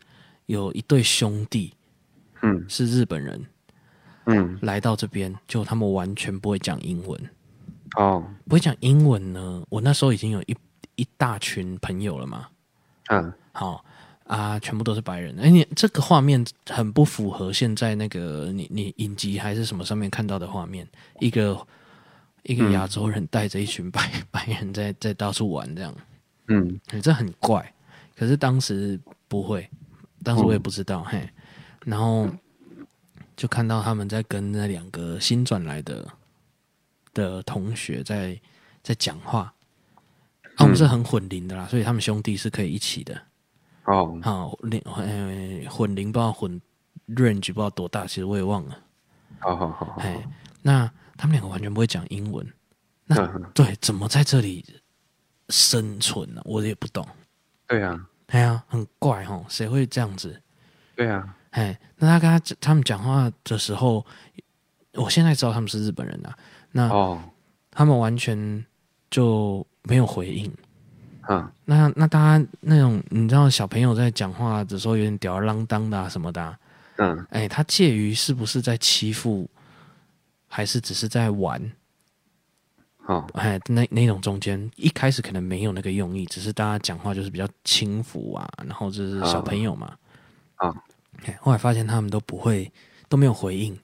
Speaker 2: 有一对兄弟
Speaker 3: 嗯
Speaker 2: 是日本人
Speaker 3: 嗯，
Speaker 2: 来到这边，就他们完全不会讲英文，
Speaker 3: 哦，
Speaker 2: 不会讲英文呢，我那时候已经有一一一大群朋友了嘛，
Speaker 3: 啊，
Speaker 2: 好啊，全部都是白人。哎，你这个画面很不符合现在那个你你影集还是什么上面看到的画面，一个一个亚洲人带着一群白、 白人在在到处玩这样，
Speaker 3: 嗯
Speaker 2: 哎这很怪。可是当时不会，当时我也不知道、嘿，然后就看到他们在跟那两个新转来的的同学在在讲话。啊，我们是很混龄的啦，所以他们兄弟是可以一起的。
Speaker 3: 哦，
Speaker 2: 好，零呃混龄不知道混 range 不知道多大，其实我也忘了。
Speaker 3: 好好好好，
Speaker 2: 哎、那他们两个完全不会讲英文，
Speaker 3: 嗯，
Speaker 2: 对，怎么在这里生存呢、我也不懂。
Speaker 3: 对啊，
Speaker 2: 哎呀，很怪哦，谁会这样子？
Speaker 3: 对啊，
Speaker 2: 哎，那他跟他讲他们讲话的时候，我现在知道他们是日本人了、那
Speaker 3: 哦，
Speaker 2: 他们完全就没有回应。
Speaker 3: 哈，
Speaker 2: 那那大家那种你知道小朋友在讲话的时候有点吊儿郎当的啊什么的啊、
Speaker 3: 嗯，
Speaker 2: 哎，他介于是不是在欺负，还是只是在玩？
Speaker 3: 好，
Speaker 2: 哎，那那种中间，一开始可能没有那个用意，只是大家讲话就是比较轻浮啊，然后就是小朋友嘛。
Speaker 3: 啊啊
Speaker 2: 哎，后来发现他们都不会，都没有回应，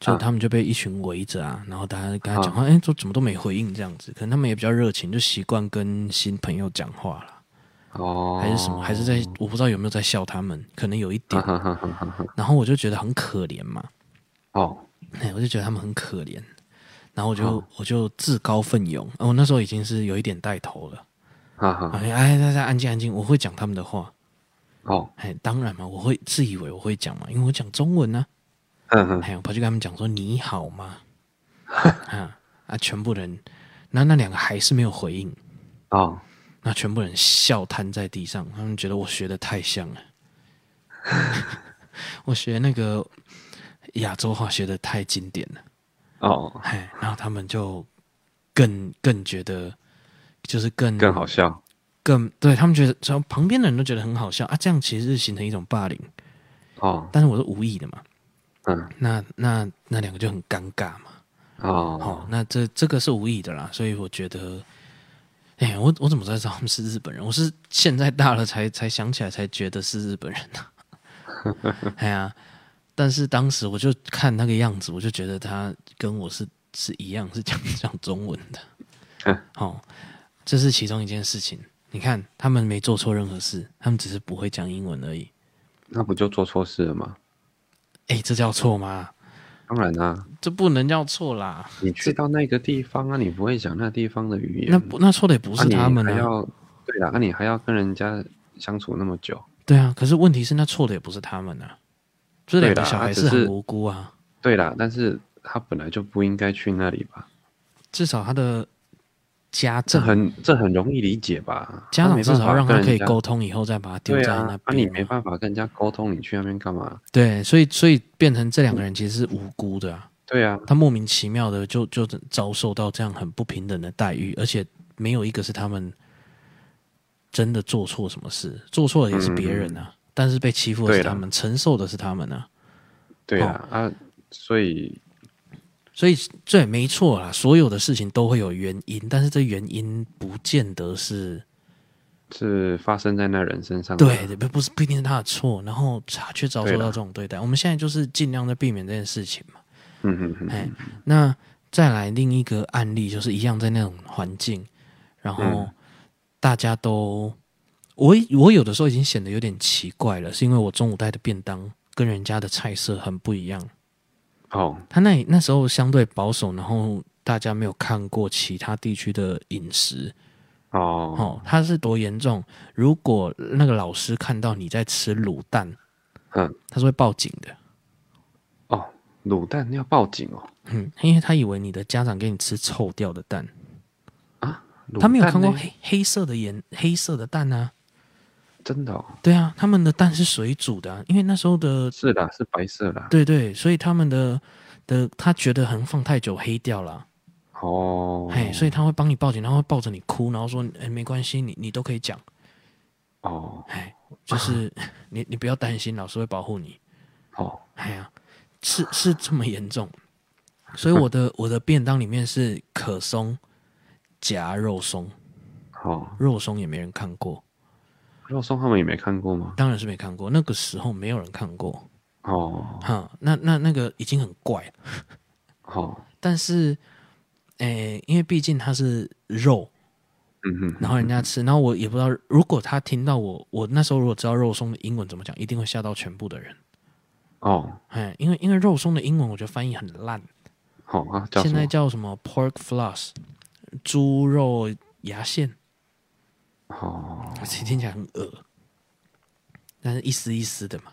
Speaker 2: 就
Speaker 3: 啊
Speaker 2: 他们就被一群围着啊，然后大家跟他讲话，哎、都怎么都没回应这样子。可能他们也比较热情，就习惯跟新朋友讲话了，
Speaker 3: 哦，啊
Speaker 2: 还是什么，还是在我不知道有没有在笑他们，可能有一点
Speaker 3: 哈。哈哈哈哈哈，
Speaker 2: 然后我就觉得很可怜嘛。
Speaker 3: 哦，
Speaker 2: 哎，我就觉得他们很可怜，然后我就、
Speaker 3: 哦
Speaker 2: 我就自告奋勇，呃我那时候已经是有一点带头了，
Speaker 3: 哈哈，
Speaker 2: 哎哎，大家安静安静，我会讲他们的话，
Speaker 3: 哦，
Speaker 2: 哎，当然嘛，我会自以为我会讲嘛，因为我讲中文呢、
Speaker 3: 嗯嗯，
Speaker 2: 哎，我跑去跟他们讲说你好吗？啊啊，全部人，那那两个还是没有回应，
Speaker 3: 哦，
Speaker 2: 那全部人笑瘫在地上，他们觉得我学的太像了， 我学那个亚洲话学的太经典了。
Speaker 3: 哦，
Speaker 2: 哎，然后他们就更更觉得，就是更
Speaker 3: 更好笑，
Speaker 2: 更对他们觉得，然后旁边的人都觉得很好笑啊，这样其实是形成一种霸凌，
Speaker 3: 哦，
Speaker 2: 但是我是无意的嘛，
Speaker 3: 嗯，
Speaker 2: 那那那两个就很尴尬嘛，
Speaker 3: 哦，
Speaker 2: 哦，那这这个是无意的啦，所以我觉得，哎，我我怎么知道他们是日本人？我是现在大了才才想起来，才觉得是日本人呐、哎呀，但是当时我就看那个样子，我就觉得他跟我是是一样，是讲讲中文的。哦，这是其中一件事情。你看，他们没做错任何事，他们只是不会讲英文而已。
Speaker 3: 那不就做错事了吗？
Speaker 2: 哎，这叫错吗？
Speaker 3: 当然啊，
Speaker 2: 这不能叫错啦。
Speaker 3: 你去到那个地方啊，你不会讲那地方的语言，
Speaker 2: 那不那错的也不
Speaker 3: 不
Speaker 2: 是他们
Speaker 3: 还
Speaker 2: 啊。
Speaker 3: 要对啦，那你还要跟人家相处那么久，
Speaker 2: 对啊，可是问题是那错的也不是他们啊。这两
Speaker 3: 对
Speaker 2: 个
Speaker 3: 啦
Speaker 2: 小孩
Speaker 3: 啊只
Speaker 2: 是很
Speaker 3: 是
Speaker 2: 无辜啊，
Speaker 3: 对啦，但是他本来就不应该去那里吧？
Speaker 2: 至少他的家
Speaker 3: 这
Speaker 2: 政
Speaker 3: 很这很容易理解吧？
Speaker 2: 家长至少让他
Speaker 3: 他
Speaker 2: 可以
Speaker 3: 沟
Speaker 2: 沟通，以后再把他丢
Speaker 3: 对
Speaker 2: 在
Speaker 3: 啊
Speaker 2: 那，
Speaker 3: 啊你
Speaker 2: 边嘛。
Speaker 3: 没办法跟人家沟通，你去那边干嘛？
Speaker 2: 对，所以所以变成这两个人其实是无辜的啊，
Speaker 3: 对啊，
Speaker 2: 他莫名其妙的就就遭受到这样很不平等的待遇，而且没有一个是他们真的做错什么事，做错的也是别人啊，但是被欺负的是
Speaker 3: 嗯对啦
Speaker 2: 他们，承受的是他们啊，
Speaker 3: 对啊，啊，所以
Speaker 2: 所以这也没错啦，所有的事情都会有原因，但是这原因不见得是
Speaker 3: 是发生在那人身上的。
Speaker 2: 对，不不是不一定是他的错，然后他却遭受
Speaker 3: 嗯对啦
Speaker 2: 到这种对待，我们现在就是尽量在避免这件事情嘛。
Speaker 3: 嗯嗯嗯，
Speaker 2: 哎，那再来另一个案例，就是一样在那种环境，然后
Speaker 3: 嗯
Speaker 2: 大家都，我我有的时候已经显得有点奇怪了，是因为我中午带的便当跟人家的菜色很不一样。
Speaker 3: 哦，
Speaker 2: 他那那时候相对保守，然后大家没有看过其他地区的饮食，
Speaker 3: 哦，
Speaker 2: 哦，它是多严重？如果那个老师看到你在吃卤蛋，
Speaker 3: 嗯，
Speaker 2: 他是会报警的。
Speaker 3: 哦，卤蛋要报警哦，
Speaker 2: 嗯，因为他以为你的家长给你吃臭掉的蛋，
Speaker 3: 啊卤
Speaker 2: 他没有看过
Speaker 3: 蛋呢
Speaker 2: 黑黑色的盐黑色的蛋啊，
Speaker 3: 真的哦，
Speaker 2: 对啊，他们的蛋是水煮的、啊，因为那时候的
Speaker 3: 是的，是白色的啊，
Speaker 2: 对对，所以他们的的他觉得好像放太久黑掉了啊，
Speaker 3: 哦，
Speaker 2: 嘿，所以他会帮你报警，然后会抱着你哭，然后说哎没关系，你你都可以讲，
Speaker 3: 哦，
Speaker 2: 哎，就是 你你不要担心，老师会保护你，
Speaker 3: 哦，
Speaker 2: 哎呀，是是这么严重，所以我的我的便当里面是可松夹肉松，
Speaker 3: 哦，
Speaker 2: 肉松也没人看过，
Speaker 3: 肉松他们也没看过吗？
Speaker 2: 当然是没看过，那个时候没有人看过，
Speaker 3: 哦，
Speaker 2: 哈，那那那个已经很怪了，
Speaker 3: 好，
Speaker 2: 但是，诶、因为毕竟它是肉，
Speaker 3: 嗯哼，
Speaker 2: 然后人家吃，然后我也不知道，如果他听到我，我那时候如果知道肉松的英文怎么讲，一定会吓到全部的人。
Speaker 3: 哦，
Speaker 2: 哎，因为因为肉松的英文我觉得翻译很烂，
Speaker 3: 好啊，叫什
Speaker 2: 现在
Speaker 3: 么？
Speaker 2: 叫什么 pork floss，猪肉牙线，
Speaker 3: 哦，
Speaker 2: 听听起来很恶，但是一丝一丝的嘛。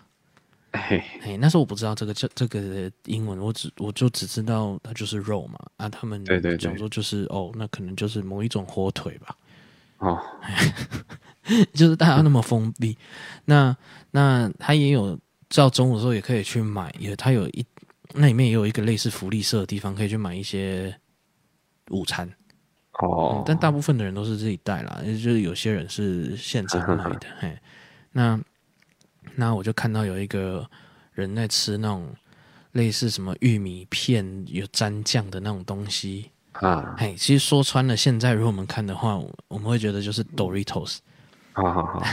Speaker 3: 嘿，
Speaker 2: 哎，那时候我不知道这个这这个英文，我只我就只知道它就是肉嘛啊，他们
Speaker 3: 对对对
Speaker 2: 讲说就是哦，那可能就是某一种火腿吧，
Speaker 3: 哦，
Speaker 2: 就是大家那么封闭。那那他也有到中午的时候也可以去买，也他有一那里面也有一个类似福利社的地方，可以去买一些午餐。嗯
Speaker 3: 哦，
Speaker 2: 但大部分的人都是自己带啦，就是有些人是现场买的。嘿，那那我就看到有一个人在吃那种类似什么玉米片有蘸酱的那种东西。
Speaker 3: 啊，
Speaker 2: 嘿，其实说穿了，现在如果我们看的话，我我们会觉得就是 Doritos，
Speaker 3: 好好好，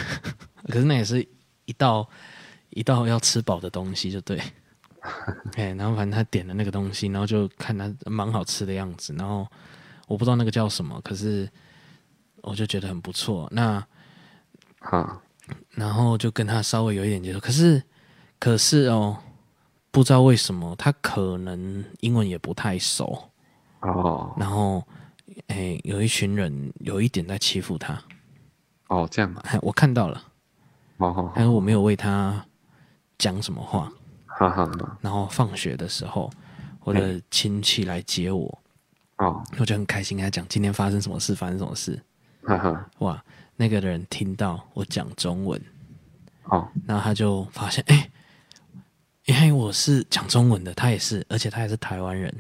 Speaker 2: 可是那也是一道一道要吃饱的东西，就对。哎，然后反正他点了那个东西，然后就看他蛮好吃的样子，然后我不知道那个叫什么，可是我就觉得很不错。那
Speaker 3: 啊，
Speaker 2: 然后就跟他稍微有一点接触，可是可是哦，不知道为什么他可能英文也不太熟，
Speaker 3: 哦，
Speaker 2: 然后哎，有一群人有一点在欺负他，
Speaker 3: 哦，这样，哦
Speaker 2: 哎，我看到了，
Speaker 3: 好好
Speaker 2: 但是我没有为他讲什么话，
Speaker 3: 好，哦哈哈，
Speaker 2: 然后放学的时候，我的亲戚来接我，
Speaker 3: 哦，
Speaker 2: 我就很开心跟他讲今天发生什么事，发生什么事。
Speaker 3: 哈哈，
Speaker 2: 哇，那个人听到我讲中文，
Speaker 3: 哦，
Speaker 2: 然后他就发现，哎、因为我是讲中文的，他也是，而且他也是台湾人，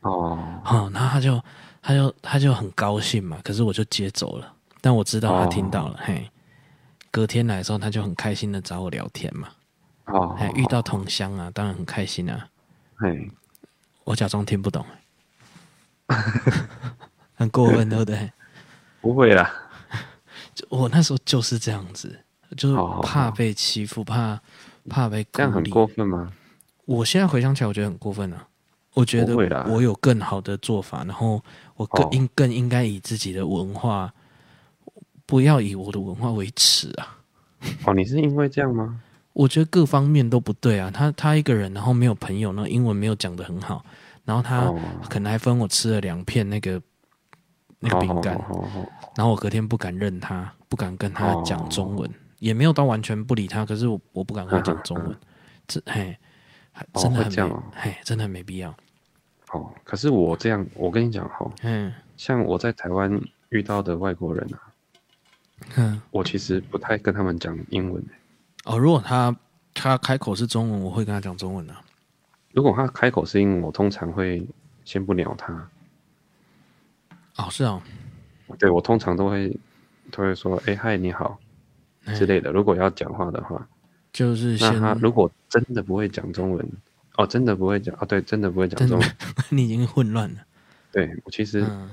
Speaker 3: 哦，
Speaker 2: 哦，然后他就他就他就很高兴嘛，可是我就接走了，但我知道他
Speaker 3: 哦
Speaker 2: 听到了，嘿，隔天来的时候他就很开心的找我聊天嘛，
Speaker 3: 哦
Speaker 2: 哎，，遇到同乡啊，当然很开心啊，
Speaker 3: 嘿，
Speaker 2: 我假装听不 懂，很过分，对不对？
Speaker 3: 不会啦，
Speaker 2: 就我那时候就是这样子，就是
Speaker 3: 好好
Speaker 2: 怕
Speaker 3: 好
Speaker 2: 被欺负，怕怕被
Speaker 3: 这样
Speaker 2: 孤
Speaker 3: 很
Speaker 2: 立。
Speaker 3: 过分吗？
Speaker 2: 我现在回想起来，我觉得很过分啊！我觉得
Speaker 3: 不会啦
Speaker 2: 我有更好的做法，然后我更
Speaker 3: 哦
Speaker 2: 应、更应该以自己的文化，不要以我的文化为耻啊！
Speaker 3: 哦，你是因为这样吗？
Speaker 2: 我觉得各方面都不对啊。他他一个人，然后没有朋友，然后英文没有讲得很好，然后他
Speaker 3: 哦，哦
Speaker 2: 可能还分我吃了两片那个那个
Speaker 3: 好
Speaker 2: 饼干，
Speaker 3: 好好好
Speaker 2: 然后我隔天不敢认他，不敢跟他
Speaker 3: 哦嗯
Speaker 2: 讲中文，也没有到完全不理他，可是我我不敢跟他讲中文，这嘿，还
Speaker 3: 哦
Speaker 2: 真的
Speaker 3: 会
Speaker 2: 很
Speaker 3: 这
Speaker 2: 没、
Speaker 3: 样哦
Speaker 2: 嘿，真的很没必要，
Speaker 3: 好，哦可是我这样，我跟你讲，好
Speaker 2: 嗯
Speaker 3: 像我在台湾遇到的外国人啊，
Speaker 2: 嗯，
Speaker 3: 我其实不太跟他们讲英文欸、
Speaker 2: 哦，如果他他开口是中文，我会跟他讲中文的、啊，
Speaker 3: 如果他开口是英文，我通常会先不鸟他。
Speaker 2: 哦是哦，
Speaker 3: 对我通常都会都会说，哎、嗨，你好
Speaker 2: 嘿
Speaker 3: 之类的。如果要讲话的话，
Speaker 2: 就是哎先
Speaker 3: 那他如果真的不会讲中文，哦，真的不会讲啊，对，真的不会讲
Speaker 2: 真的
Speaker 3: 中文。
Speaker 2: 你已经混乱了，
Speaker 3: 对我其实
Speaker 2: 嗯，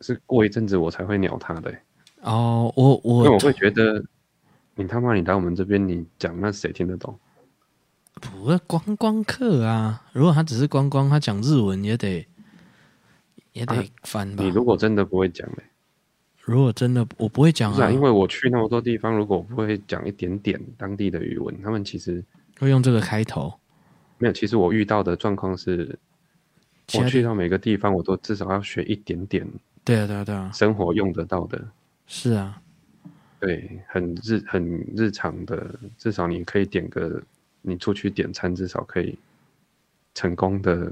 Speaker 3: 是过一阵子我才会鸟他的、欸，
Speaker 2: 哦，我
Speaker 3: 因为
Speaker 2: 我
Speaker 3: 我会觉得你他妈你来我们这边你讲那谁听得懂？
Speaker 2: 不是观光客啊，如果他只是观光，他讲日文也得也得
Speaker 3: 啊
Speaker 2: 翻吧
Speaker 3: 你，如果真的不会讲嘞、
Speaker 2: 如果真的我不会讲
Speaker 3: 不是
Speaker 2: 啊
Speaker 3: 啊，，因为我去那么多地方，如果我不会讲一点点当地的语文，他们其实
Speaker 2: 会用这个开头。
Speaker 3: 没有。其实我遇到的状况是，
Speaker 2: 其
Speaker 3: 我
Speaker 2: 他地
Speaker 3: 去到每个地方，我都至少要学一点点
Speaker 2: 对啊，对啊，对啊，
Speaker 3: 生活用得到的，
Speaker 2: 是啊，
Speaker 3: 对，很日很日常的，至少你可以点个，你出去点餐至少可以成功的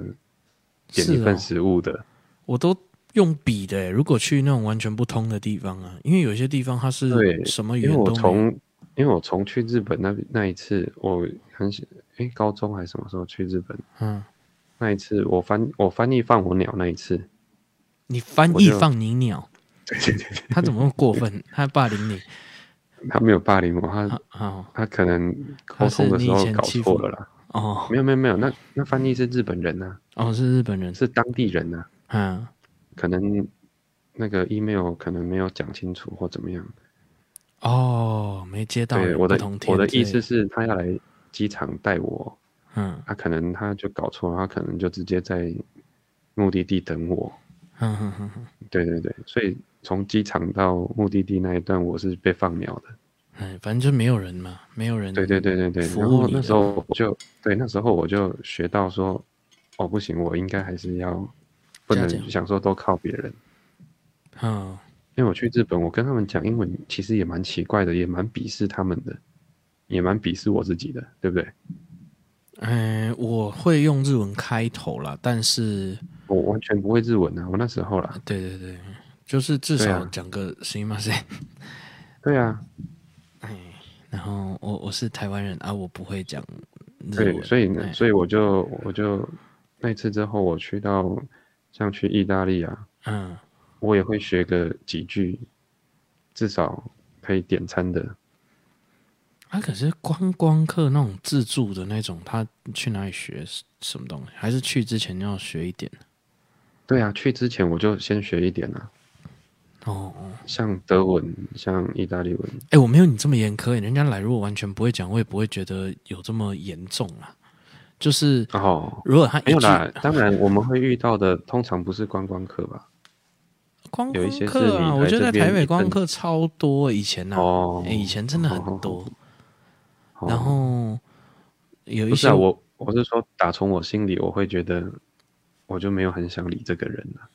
Speaker 3: 点
Speaker 2: 是
Speaker 3: 一份
Speaker 2: 哦
Speaker 3: 食物的，
Speaker 2: 我都用笔的欸。如果去那种完全不通的地方啊，因为有些地方它是
Speaker 3: 对
Speaker 2: 什么语
Speaker 3: 因为
Speaker 2: 言
Speaker 3: 我
Speaker 2: 都没有。
Speaker 3: 从因为我从去日本那那一次，我很喜，诶，高中还是什么时候去日本
Speaker 2: 嗯，
Speaker 3: 那一次，我翻我翻译放我鸟那一次。
Speaker 2: 你翻
Speaker 3: 我
Speaker 2: 译
Speaker 3: 就
Speaker 2: 放你鸟，
Speaker 3: 对对对，
Speaker 2: 他怎么那么过分？他霸凌你？
Speaker 3: 他没有霸凌我，他
Speaker 2: 啊哦
Speaker 3: 他可能沟通的时候搞错了啦。
Speaker 2: 哦
Speaker 3: 没有没有没有，那那翻译是日本人呐、啊
Speaker 2: 哦，是日本人。
Speaker 3: 是当地人呐、
Speaker 2: 嗯，
Speaker 3: 啊可能那个 email 可能没有讲清楚或怎么样。
Speaker 2: 哦，没接到
Speaker 3: 对，我的
Speaker 2: 不同天
Speaker 3: 我的
Speaker 2: 之
Speaker 3: 意
Speaker 2: 类
Speaker 3: 思，是，他要来机场带我，啊
Speaker 2: 嗯
Speaker 3: 他、可能他就搞错了，他可能就直接在目的地等我。
Speaker 2: 哼哼哼哼，
Speaker 3: 对对对，所以从机场到目的地那一段，我是被放鸟的。
Speaker 2: 哎，反正就没有人嘛，没有人，
Speaker 3: 对对对对对，
Speaker 2: 嗯服
Speaker 3: 然
Speaker 2: 务
Speaker 3: 后
Speaker 2: 你
Speaker 3: 那
Speaker 2: 的
Speaker 3: 时候我就对那时候我就学到说，哦不行，我应该还是要不
Speaker 2: 加
Speaker 3: 能
Speaker 2: 减
Speaker 3: 想说都靠别人，
Speaker 2: 嗯，
Speaker 3: 因为我去日本，我跟他们讲英文其实也蛮奇怪的，也蛮鄙视他们的，也蛮鄙视我自己的，对不对？
Speaker 2: 哎，我会用日文开头啦，但是，
Speaker 3: 我完全不会日文啊，我那时候啦，
Speaker 2: 对对对，就是至
Speaker 3: 对啊
Speaker 2: 少讲个行吗？先，
Speaker 3: 对啊，
Speaker 2: 然后我我是台湾人啊，我不会讲日
Speaker 3: 对，
Speaker 2: 文，
Speaker 3: 所以呢，
Speaker 2: 哎
Speaker 3: 所以我就我就那次之后，我去到像去意大利啊，
Speaker 2: 嗯，
Speaker 3: 我也会学个几句，至少可以点餐的。
Speaker 2: 啊，可是观光客那种自助的那种，他去哪里学什么东西？还是去之前要学一点？
Speaker 3: 对啊，去之前我就先学一点啊，
Speaker 2: 哦哦，
Speaker 3: 像德文，像意大利文。
Speaker 2: 哎，我没有你这么严苛，人家来如果完全不会讲，我也不会觉得有这么严重啊。就是
Speaker 3: 哦，
Speaker 2: 如果他
Speaker 3: 没
Speaker 2: 一
Speaker 3: 有
Speaker 2: 句
Speaker 3: 啦，当然我们会遇到的，通常不是观光客吧？
Speaker 2: 观
Speaker 3: 有一
Speaker 2: 光
Speaker 3: 些是
Speaker 2: 客
Speaker 3: 你来
Speaker 2: 啊，我觉得
Speaker 3: 这
Speaker 2: 台
Speaker 3: 边
Speaker 2: 北
Speaker 3: 一
Speaker 2: 观光
Speaker 3: 阵
Speaker 2: 客超多，以前呐、啊，
Speaker 3: 哦
Speaker 2: 哎，以前真的很多。然
Speaker 3: 哦
Speaker 2: 后有一
Speaker 3: 不是
Speaker 2: 些
Speaker 3: 啊，我我是说，打从我心里，我会觉得我就没有很想理这个人了、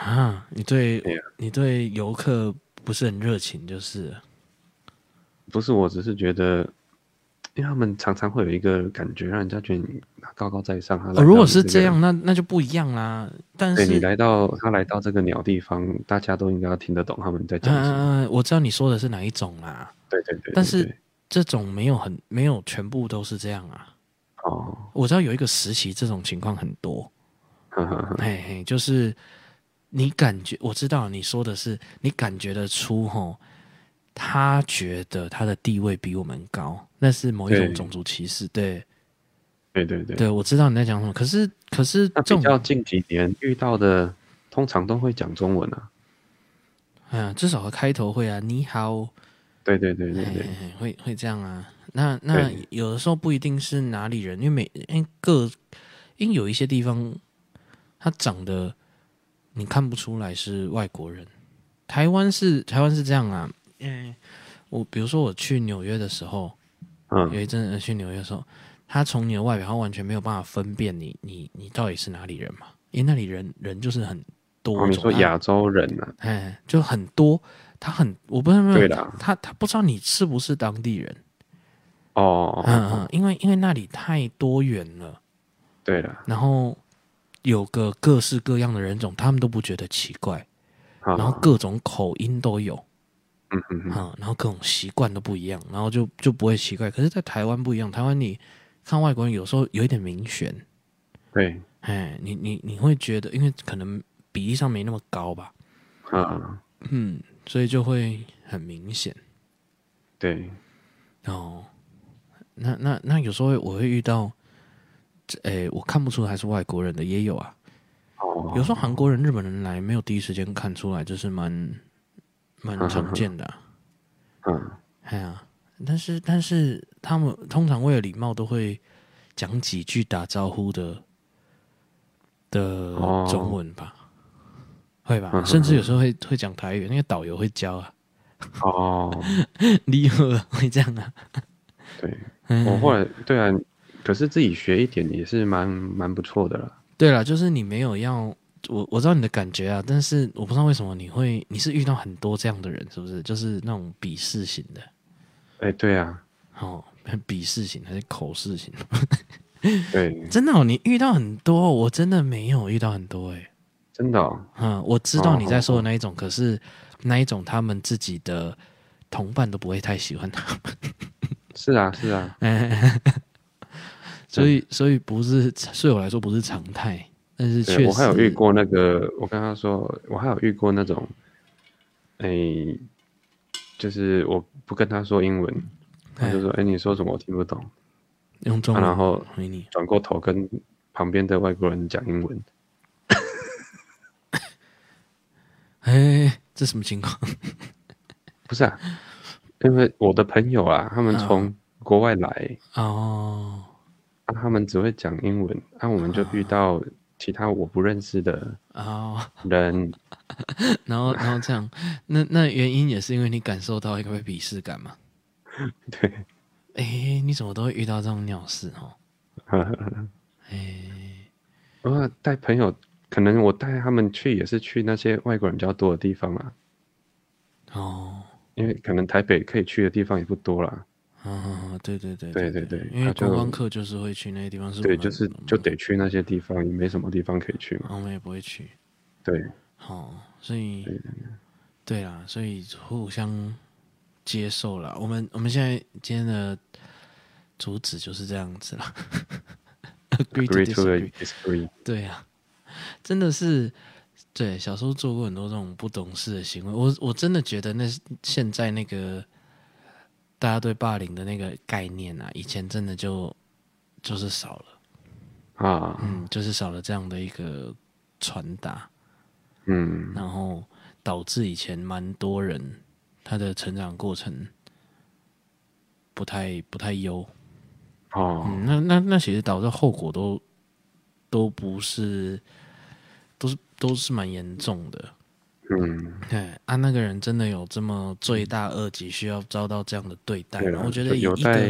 Speaker 2: 啊，你对
Speaker 3: 对啊
Speaker 2: 你对游客不是很热情，就是了
Speaker 3: 不是，我只是觉得，因为他们常常会有一个感觉，让人家觉得你啊高高在上。他来
Speaker 2: 哦
Speaker 3: 到
Speaker 2: 如果
Speaker 3: 你
Speaker 2: 是
Speaker 3: 个
Speaker 2: 这
Speaker 3: 人，
Speaker 2: 样，那那就不一样啦。但
Speaker 3: 对
Speaker 2: 是
Speaker 3: 你来到他来到这个鸟地方，大家都应该要听得懂他们在讲什么。
Speaker 2: 嗯、嗯嗯，我知道你说的是哪一种啦。
Speaker 3: 对对对对
Speaker 2: 啊但是
Speaker 3: 对
Speaker 2: 这种没有很没有全部都是这样啊。
Speaker 3: 哦，
Speaker 2: 我知道有一个时期这种情况很多，
Speaker 3: 呵呵呵
Speaker 2: 嘿嘿，就是你感觉我知道你说的是你感觉得出吼，他觉得他的地位比我们高，那是某一种
Speaker 3: 对
Speaker 2: 种族歧视。对
Speaker 3: 对对对。
Speaker 2: 对，我知道你在讲什么。可是可是
Speaker 3: 那
Speaker 2: 这
Speaker 3: 比
Speaker 2: 种
Speaker 3: 较近几年遇到的，通常都会讲中文啊。
Speaker 2: 嗯，至少开头会啊，你好，
Speaker 3: 对对对对对
Speaker 2: 哎，哎哎会会这样啊。那那
Speaker 3: 对
Speaker 2: 有的时候不一定是哪里人，因为每因为各因为有一些地方，他长得你看不出来是外国人。台湾是台湾是这样啊，嗯，我比如说我去纽约的时候，
Speaker 3: 嗯，
Speaker 2: 有一阵子去纽约的时候，他从你的外表，他完全没有办法分辨你你你到底是哪里人嘛，因为那里人人就是很多
Speaker 3: 哦，
Speaker 2: 种，
Speaker 3: 你说
Speaker 2: 他
Speaker 3: 亚洲人啊？
Speaker 2: 哎，就很多，他很，我不知道，
Speaker 3: 对啦
Speaker 2: 他他不知道你是不是当地人，
Speaker 3: 哦哦，哦
Speaker 2: 嗯嗯，因为因为那里太多元了，
Speaker 3: 对了，
Speaker 2: 然后有个各式各样的人种，他们都不觉得奇怪，
Speaker 3: 好
Speaker 2: 然后各种口音都有，
Speaker 3: 嗯啊嗯嗯，
Speaker 2: 嗯，然后各种习惯都不一样，然后就就不会奇怪。可是，在台湾不一样，台湾你看外国人有时候有一点明显，
Speaker 3: 对
Speaker 2: 哎，你你你会觉得，因为可能比例上没那么高吧，
Speaker 3: 啊，
Speaker 2: 嗯，所以就会很明显。
Speaker 3: 对，
Speaker 2: 哦，那那那有时候我会遇到，这诶，我看不出来是外国人的也有啊。
Speaker 3: 哦，
Speaker 2: 有时候韩国人、日本人来，没有第一时间看出来，就是蛮蛮常见的、啊。
Speaker 3: 嗯，
Speaker 2: 哎呀、但是但是他们通常为了礼貌，都会讲几句打招呼的的
Speaker 3: 哦
Speaker 2: 中文吧。会吧，
Speaker 3: 嗯
Speaker 2: 甚至有时候会会讲台语，那个导游会教啊，
Speaker 3: 哦，
Speaker 2: 你有会这样啊。
Speaker 3: 对，
Speaker 2: 嗯
Speaker 3: 我后来对啊，可是自己学一点也是蛮蛮不错的啦。
Speaker 2: 对了，就是你没有要我，我知道你的感觉啊，但是我不知道为什么你会，你是遇到很多这样的人，是不是？就是那种鄙视型的，
Speaker 3: 哎，对啊，
Speaker 2: 哦，很鄙视型还是口试型？
Speaker 3: 对，
Speaker 2: 真的、哦，你遇到很多，我真的没有遇到很多、欸，诶，
Speaker 3: 真的哦，
Speaker 2: 嗯，我知道你在说的那一种，可是那一种他们自己的同伴都不会太喜欢他们，
Speaker 3: 是啊，是啊，
Speaker 2: 所以所以不是对我来说不是常态，但是确
Speaker 3: 对
Speaker 2: 实
Speaker 3: 我还有遇过那个，我跟他说，我还有遇过那种，哎，就是我不跟他说英文，他就说，哎，你说什么我听不懂，
Speaker 2: 用中
Speaker 3: 啊
Speaker 2: 文、
Speaker 3: 然后
Speaker 2: 回你，
Speaker 3: 转过头跟旁边的外国人讲英文，
Speaker 2: 哎，这什么情况？
Speaker 3: 不是啊，因为我的朋友啊，他们从国外来，
Speaker 2: 哦，
Speaker 3: 啊他们只会讲英文，啊，我们就遇到其他我不认识的
Speaker 2: 哦，
Speaker 3: 人，
Speaker 2: 然后然后这样，那那原因也是因为你感受到一个被鄙视感嘛？
Speaker 3: 对，
Speaker 2: 哎，你怎么都会遇到这种鸟事哦？哎，
Speaker 3: 然后带朋友，可能我带他们去也是去那些外国人比较多的地方啦，
Speaker 2: 哦，
Speaker 3: 因为可能台北可以去的地方也不多啦，
Speaker 2: 啊，对对对
Speaker 3: 对
Speaker 2: 对
Speaker 3: 对对
Speaker 2: 因为
Speaker 3: 他就
Speaker 2: 观光客就是会去那些地方，是我
Speaker 3: 对，
Speaker 2: 们
Speaker 3: 就是就得去那些地方，也没什么地方可以去嘛，
Speaker 2: 我们也不会去。
Speaker 3: 对，
Speaker 2: 好、所以对啦，所以互相接受啦。我们我们现在今天的主旨就是这样子啦。Agree to
Speaker 3: agree to the
Speaker 2: disagree，
Speaker 3: disagree，
Speaker 2: 对啊，真的是对。小时候做过很多这种不懂事的行为，我我真的觉得那是现在那个大家对霸凌的那个概念啊，以前真的就就是少了，
Speaker 3: 啊，
Speaker 2: 嗯，就是少了这样的一个传达。
Speaker 3: 嗯，
Speaker 2: 然后导致以前蛮多人他的成长过程不太不太优，
Speaker 3: 哦，
Speaker 2: 嗯，那那那其实导致后果都都不是，都是都是蛮严重的。
Speaker 3: 嗯，
Speaker 2: 对啊，那个人真的有这么罪大恶极，需要遭到这样的对待
Speaker 3: 对
Speaker 2: 吗
Speaker 3: 啦，
Speaker 2: 我觉
Speaker 3: 就
Speaker 2: 得以
Speaker 3: 有
Speaker 2: 一个
Speaker 3: 待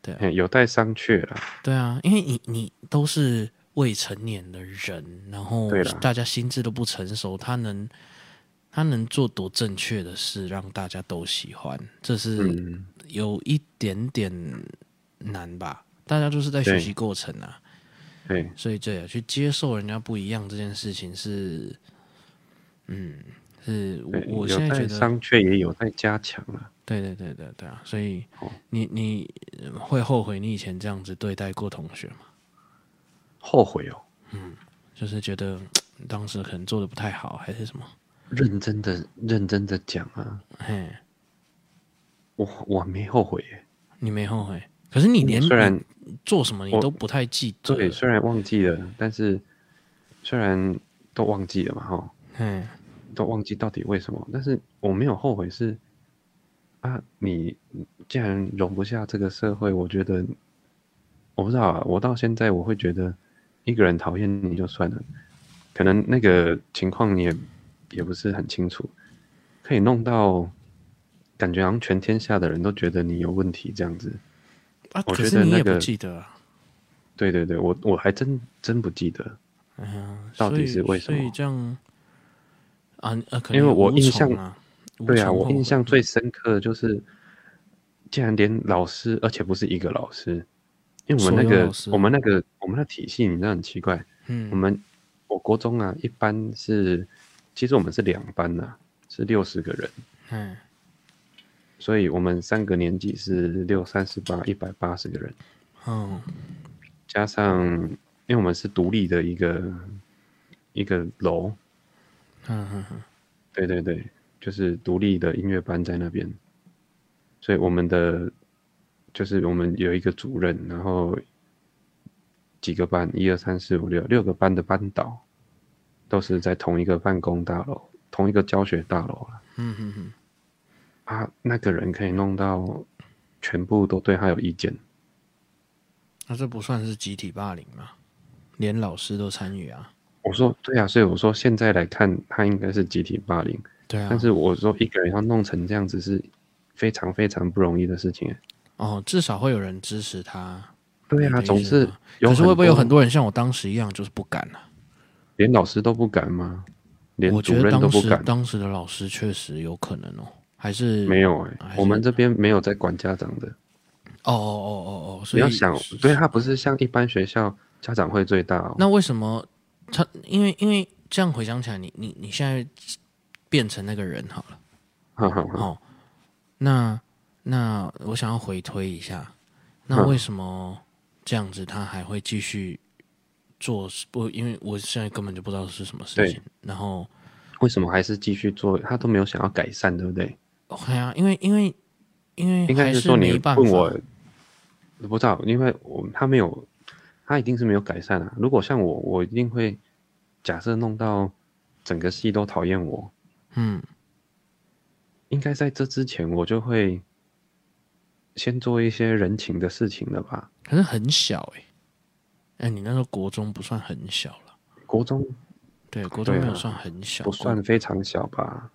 Speaker 2: 对啊
Speaker 3: 嘿有待商榷啦，
Speaker 2: 对啊，因为你你都是未成年的人，然后
Speaker 3: 对啦
Speaker 2: 大家心智都不成熟，他能他能做多正确的事，让大家都喜欢，这是
Speaker 3: 嗯，
Speaker 2: 有一点点难吧？大家就是在学
Speaker 3: 对
Speaker 2: 习过程啊，
Speaker 3: 对，
Speaker 2: 所以这也去接受人家不一样这件事情是，嗯，是我
Speaker 3: 对
Speaker 2: 我
Speaker 3: 有
Speaker 2: 现在
Speaker 3: 待
Speaker 2: 觉得
Speaker 3: 商榷，也有待加强了。
Speaker 2: 对对对对对啊，所以
Speaker 3: 哦
Speaker 2: 你你呃会后悔你以前这样子对待过同学吗？
Speaker 3: 后悔哦，
Speaker 2: 就是觉得嗯当时可能做的不太好，还是什么？
Speaker 3: 认真的认真的讲啊，
Speaker 2: 嘿，
Speaker 3: 我我没后悔耶。
Speaker 2: 你没后悔，可是你连
Speaker 3: 虽然
Speaker 2: 你做什么你
Speaker 3: 我
Speaker 2: 都不太记得。
Speaker 3: 对，虽然忘记了，但是虽然都忘记了嘛，哈，
Speaker 2: 嘿，
Speaker 3: 都忘记到底为什么，但是我没有后悔是啊，你既然容不下这个社会，我觉得我不知道啊，我到现在我会觉得一个人讨厌你就算了，可能那个情况你也也不是很清楚，可以弄到感觉好像全天下的人都觉得你有问题这样子。
Speaker 2: 啊，
Speaker 3: 我
Speaker 2: 可
Speaker 3: 觉
Speaker 2: 是
Speaker 3: 得
Speaker 2: 你
Speaker 3: 那
Speaker 2: 也不
Speaker 3: 个
Speaker 2: 记得啊。
Speaker 3: 对对对，我我还真真不记得，
Speaker 2: 哎呀，
Speaker 3: 到底
Speaker 2: 所以
Speaker 3: 是为什么
Speaker 2: 所以这样啊呃，可能
Speaker 3: 因为
Speaker 2: 有
Speaker 3: 我
Speaker 2: 无
Speaker 3: 印
Speaker 2: 从
Speaker 3: 象
Speaker 2: 啊，无
Speaker 3: 对啊，
Speaker 2: 从
Speaker 3: 我
Speaker 2: 后
Speaker 3: 印
Speaker 2: 悔
Speaker 3: 象最深刻的就是，竟然连老师，而且不是一个老师，因为我们那
Speaker 2: 所有
Speaker 3: 个
Speaker 2: 老师
Speaker 3: 我们那个我们的体系，你知道很奇怪，我
Speaker 2: 嗯
Speaker 3: 们我国中啊，一般是其实我们是两班呐、是六十个人，
Speaker 2: 嗯，
Speaker 3: 所以我们三个年级是六三十八一百八十个人，
Speaker 2: 哦
Speaker 3: 加上因为我们是独立的一个一个楼，
Speaker 2: 嗯嗯嗯
Speaker 3: 对对对，就是独立的音乐班在那边，所以我们的就是我们有一个主任，然后几个班，一二三四五六六个班的班导，都是在同一个办公大楼，同一个教学大楼了。
Speaker 2: 嗯嗯嗯，
Speaker 3: 啊，那个人可以弄到全部都对他有意见，
Speaker 2: 那这不算是集体霸凌吗？连老师都参与啊？
Speaker 3: 我说对啊，所以我说现在来看，他应该是集体霸凌，
Speaker 2: 对啊，
Speaker 3: 但是我说一个人要弄成这样子是非常非常不容易的事情欸、
Speaker 2: 哦，至少会有人支持他，
Speaker 3: 对
Speaker 2: 你的
Speaker 3: 啊，
Speaker 2: 意
Speaker 3: 总
Speaker 2: 思
Speaker 3: 是
Speaker 2: 吗
Speaker 3: 有
Speaker 2: 可是会不会有
Speaker 3: 多
Speaker 2: 很多人像我当时一样，就是不敢啊？
Speaker 3: 连老师都不敢吗？连
Speaker 2: 我
Speaker 3: 主
Speaker 2: 觉得
Speaker 3: 任都
Speaker 2: 当
Speaker 3: 不
Speaker 2: 时
Speaker 3: 敢？
Speaker 2: 当时的老师确实有可能哦，还是
Speaker 3: 没有哎、
Speaker 2: 还是
Speaker 3: 我们这边没有在管家长的。
Speaker 2: 哦哦哦哦哦，
Speaker 3: 你
Speaker 2: 所
Speaker 3: 要
Speaker 2: 以
Speaker 3: 想，对他不是像一般学校家长会最大哦。
Speaker 2: 那为什么他？因为因为这样回想起来，你你你现在变成那个人好了，
Speaker 3: 哈哈哈
Speaker 2: 哦，那那我想要回推一下，那
Speaker 3: 嗯
Speaker 2: 为什么这样子他还会继续做？不，因为我现在根本就不知道是什么事
Speaker 3: 对
Speaker 2: 情，然后。
Speaker 3: 为什么还是继续做？他都没有想要改善，对不对？
Speaker 2: 对啊，因为因为因为
Speaker 3: 应该
Speaker 2: 还
Speaker 3: 是说你
Speaker 2: 没办法
Speaker 3: 问我，不知道，因为我他没有，他一定是没有改善啊。如果像我，我一定会假设弄到整个系都讨厌我，
Speaker 2: 嗯
Speaker 3: 应该在这之前我就会先做一些人情的事情了吧？
Speaker 2: 可是很小哎、哎、你那时候国中不算很小了，
Speaker 3: 国中
Speaker 2: 对，国中
Speaker 3: 对啊
Speaker 2: 没有算很小，
Speaker 3: 不算非常小吧？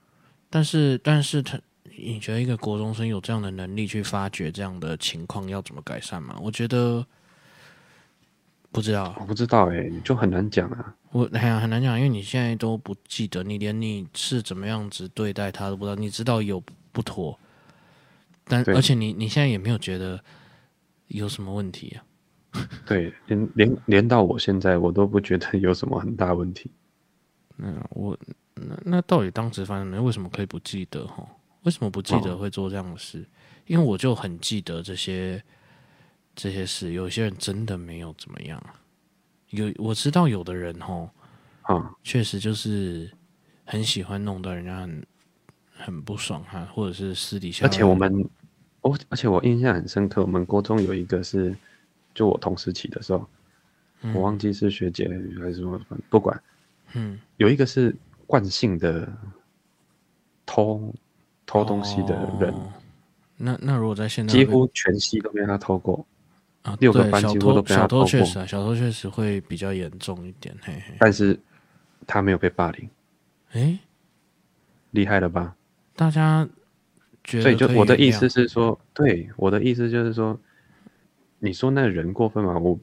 Speaker 2: 但是，但是他，你觉得一个国中生有这样的能力去发掘这样的情况，要怎么改善吗？我觉得不知道，
Speaker 3: 我不知道哎、就很难讲啊。
Speaker 2: 我哎呀很难讲，因为你现在都不记得，你连你是怎么样子对待他都不知道，你知道有不妥，但
Speaker 3: 对
Speaker 2: 而且你你现在也没有觉得有什么问题啊。
Speaker 3: 对，连连连到我现在，我都不觉得有什么很大问题。
Speaker 2: 嗯，我那那到底当时发生了为什么可以不记得？哈，为什么不记
Speaker 3: 哦
Speaker 2: 得会做这样的事？因为我就很记得这些这些事。有些人真的没有怎么样啊，有我知道有的人哈，
Speaker 3: 啊，
Speaker 2: 确实就是很喜欢弄到人家很很不爽哈，或者是私底下。
Speaker 3: 而且我们，我而且我印象很深刻，我们高中有一个是，就我同时期的时候，
Speaker 2: 嗯
Speaker 3: 我忘记是学姐还是什么，不管，
Speaker 2: 嗯
Speaker 3: 有一个是惯性的偷偷东西的人，
Speaker 2: 哦那那如果在现在
Speaker 3: 几
Speaker 2: 会
Speaker 3: 乎全系都被他偷过，
Speaker 2: 啊，
Speaker 3: 六个
Speaker 2: 对
Speaker 3: 班
Speaker 2: 小
Speaker 3: 几乎
Speaker 2: 偷
Speaker 3: 都被
Speaker 2: 小
Speaker 3: 他
Speaker 2: 偷
Speaker 3: 包
Speaker 2: 确
Speaker 3: 过
Speaker 2: 实啊，小偷确实会比较严重一点。嘿嘿，
Speaker 3: 但是他没有被霸凌，
Speaker 2: 诶、
Speaker 3: 厉害了吧？
Speaker 2: 大家觉得，
Speaker 3: 所以就我的意思，是说，对我的意思就是说，你说那人过分吗？我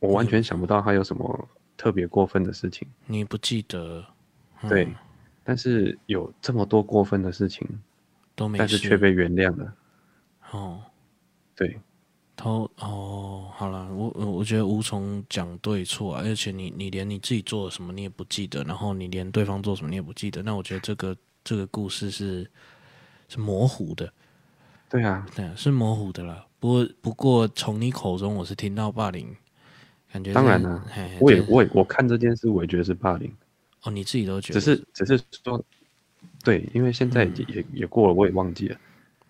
Speaker 3: 我完全想不到他有什么特别过分的事情。
Speaker 2: 你不记得，嗯
Speaker 3: 对，但是有这么多过分的事情，
Speaker 2: 都没事，
Speaker 3: 但是却被原谅了。
Speaker 2: 哦
Speaker 3: 对，
Speaker 2: 偷哦，好了，我我我觉得无从讲对错啊，而且你你连你自己做了什么你也不记得，然后你连对方做什么你也不记得，那我觉得这个这个故事是是模糊的，
Speaker 3: 对啊，
Speaker 2: 对啊，是模糊的啦。不过不过从你口中我是听到霸凌，感觉是
Speaker 3: 当然啦
Speaker 2: 嘿嘿
Speaker 3: 我也
Speaker 2: 这
Speaker 3: 我也我看这件事，我也觉得是霸凌，
Speaker 2: 哦你自己都觉
Speaker 3: 只
Speaker 2: 得
Speaker 3: 是只是说，对，因为现在也也也过了，我也忘记了。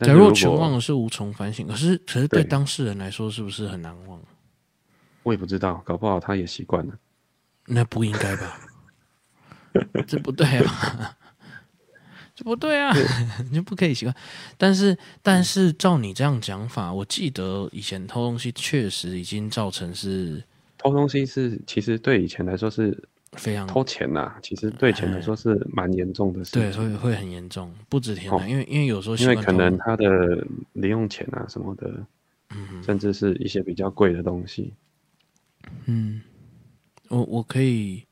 Speaker 3: 但
Speaker 2: 嗯假
Speaker 3: 是
Speaker 2: 如
Speaker 3: 如
Speaker 2: 果全忘
Speaker 3: 果
Speaker 2: 了是无从反省，可是可是对
Speaker 3: 对
Speaker 2: 当事人来说是不是很难忘？
Speaker 3: 我也不知道，搞不好他也习惯了。
Speaker 2: 那不应该吧？ 这不对啊，这不对啊， 你就不可以习惯。但是，但是照你这样讲法，我记得以前偷东西确实已经造成是
Speaker 3: 偷东西是其实对以前来说是
Speaker 2: 非常
Speaker 3: 偷钱呐、其实对钱来说是蛮严重的事
Speaker 2: 哎对，
Speaker 3: 情，
Speaker 2: 会会很严重，不止天
Speaker 3: 哦
Speaker 2: 南，因为因为有时候习
Speaker 3: 因为
Speaker 2: 惯
Speaker 3: 可
Speaker 2: 偷
Speaker 3: 能他的零用钱啊什么的，甚至是一些比较贵的东西，
Speaker 2: 嗯，我我可以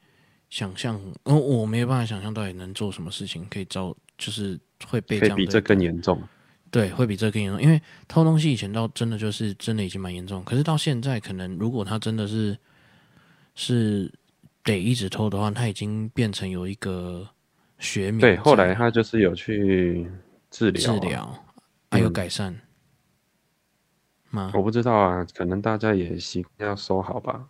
Speaker 2: 想象，我我没办法想象到底能做什么事情可以造，就是会被
Speaker 3: 可
Speaker 2: 这
Speaker 3: 以
Speaker 2: 样
Speaker 3: 比
Speaker 2: 对
Speaker 3: 这更严重。
Speaker 2: 对，会比这更严重，因为偷东西以前到真的就是真的已经蛮严重，可是到现在可能如果他真的是是得一直偷的话，他已经变成有一个学名在。
Speaker 3: 对，后来他就是有去治疗、嗯
Speaker 2: 治
Speaker 3: 啊，
Speaker 2: 疗还有改善吗？
Speaker 3: 我不知道啊，可能大家也习惯要收好吧。哦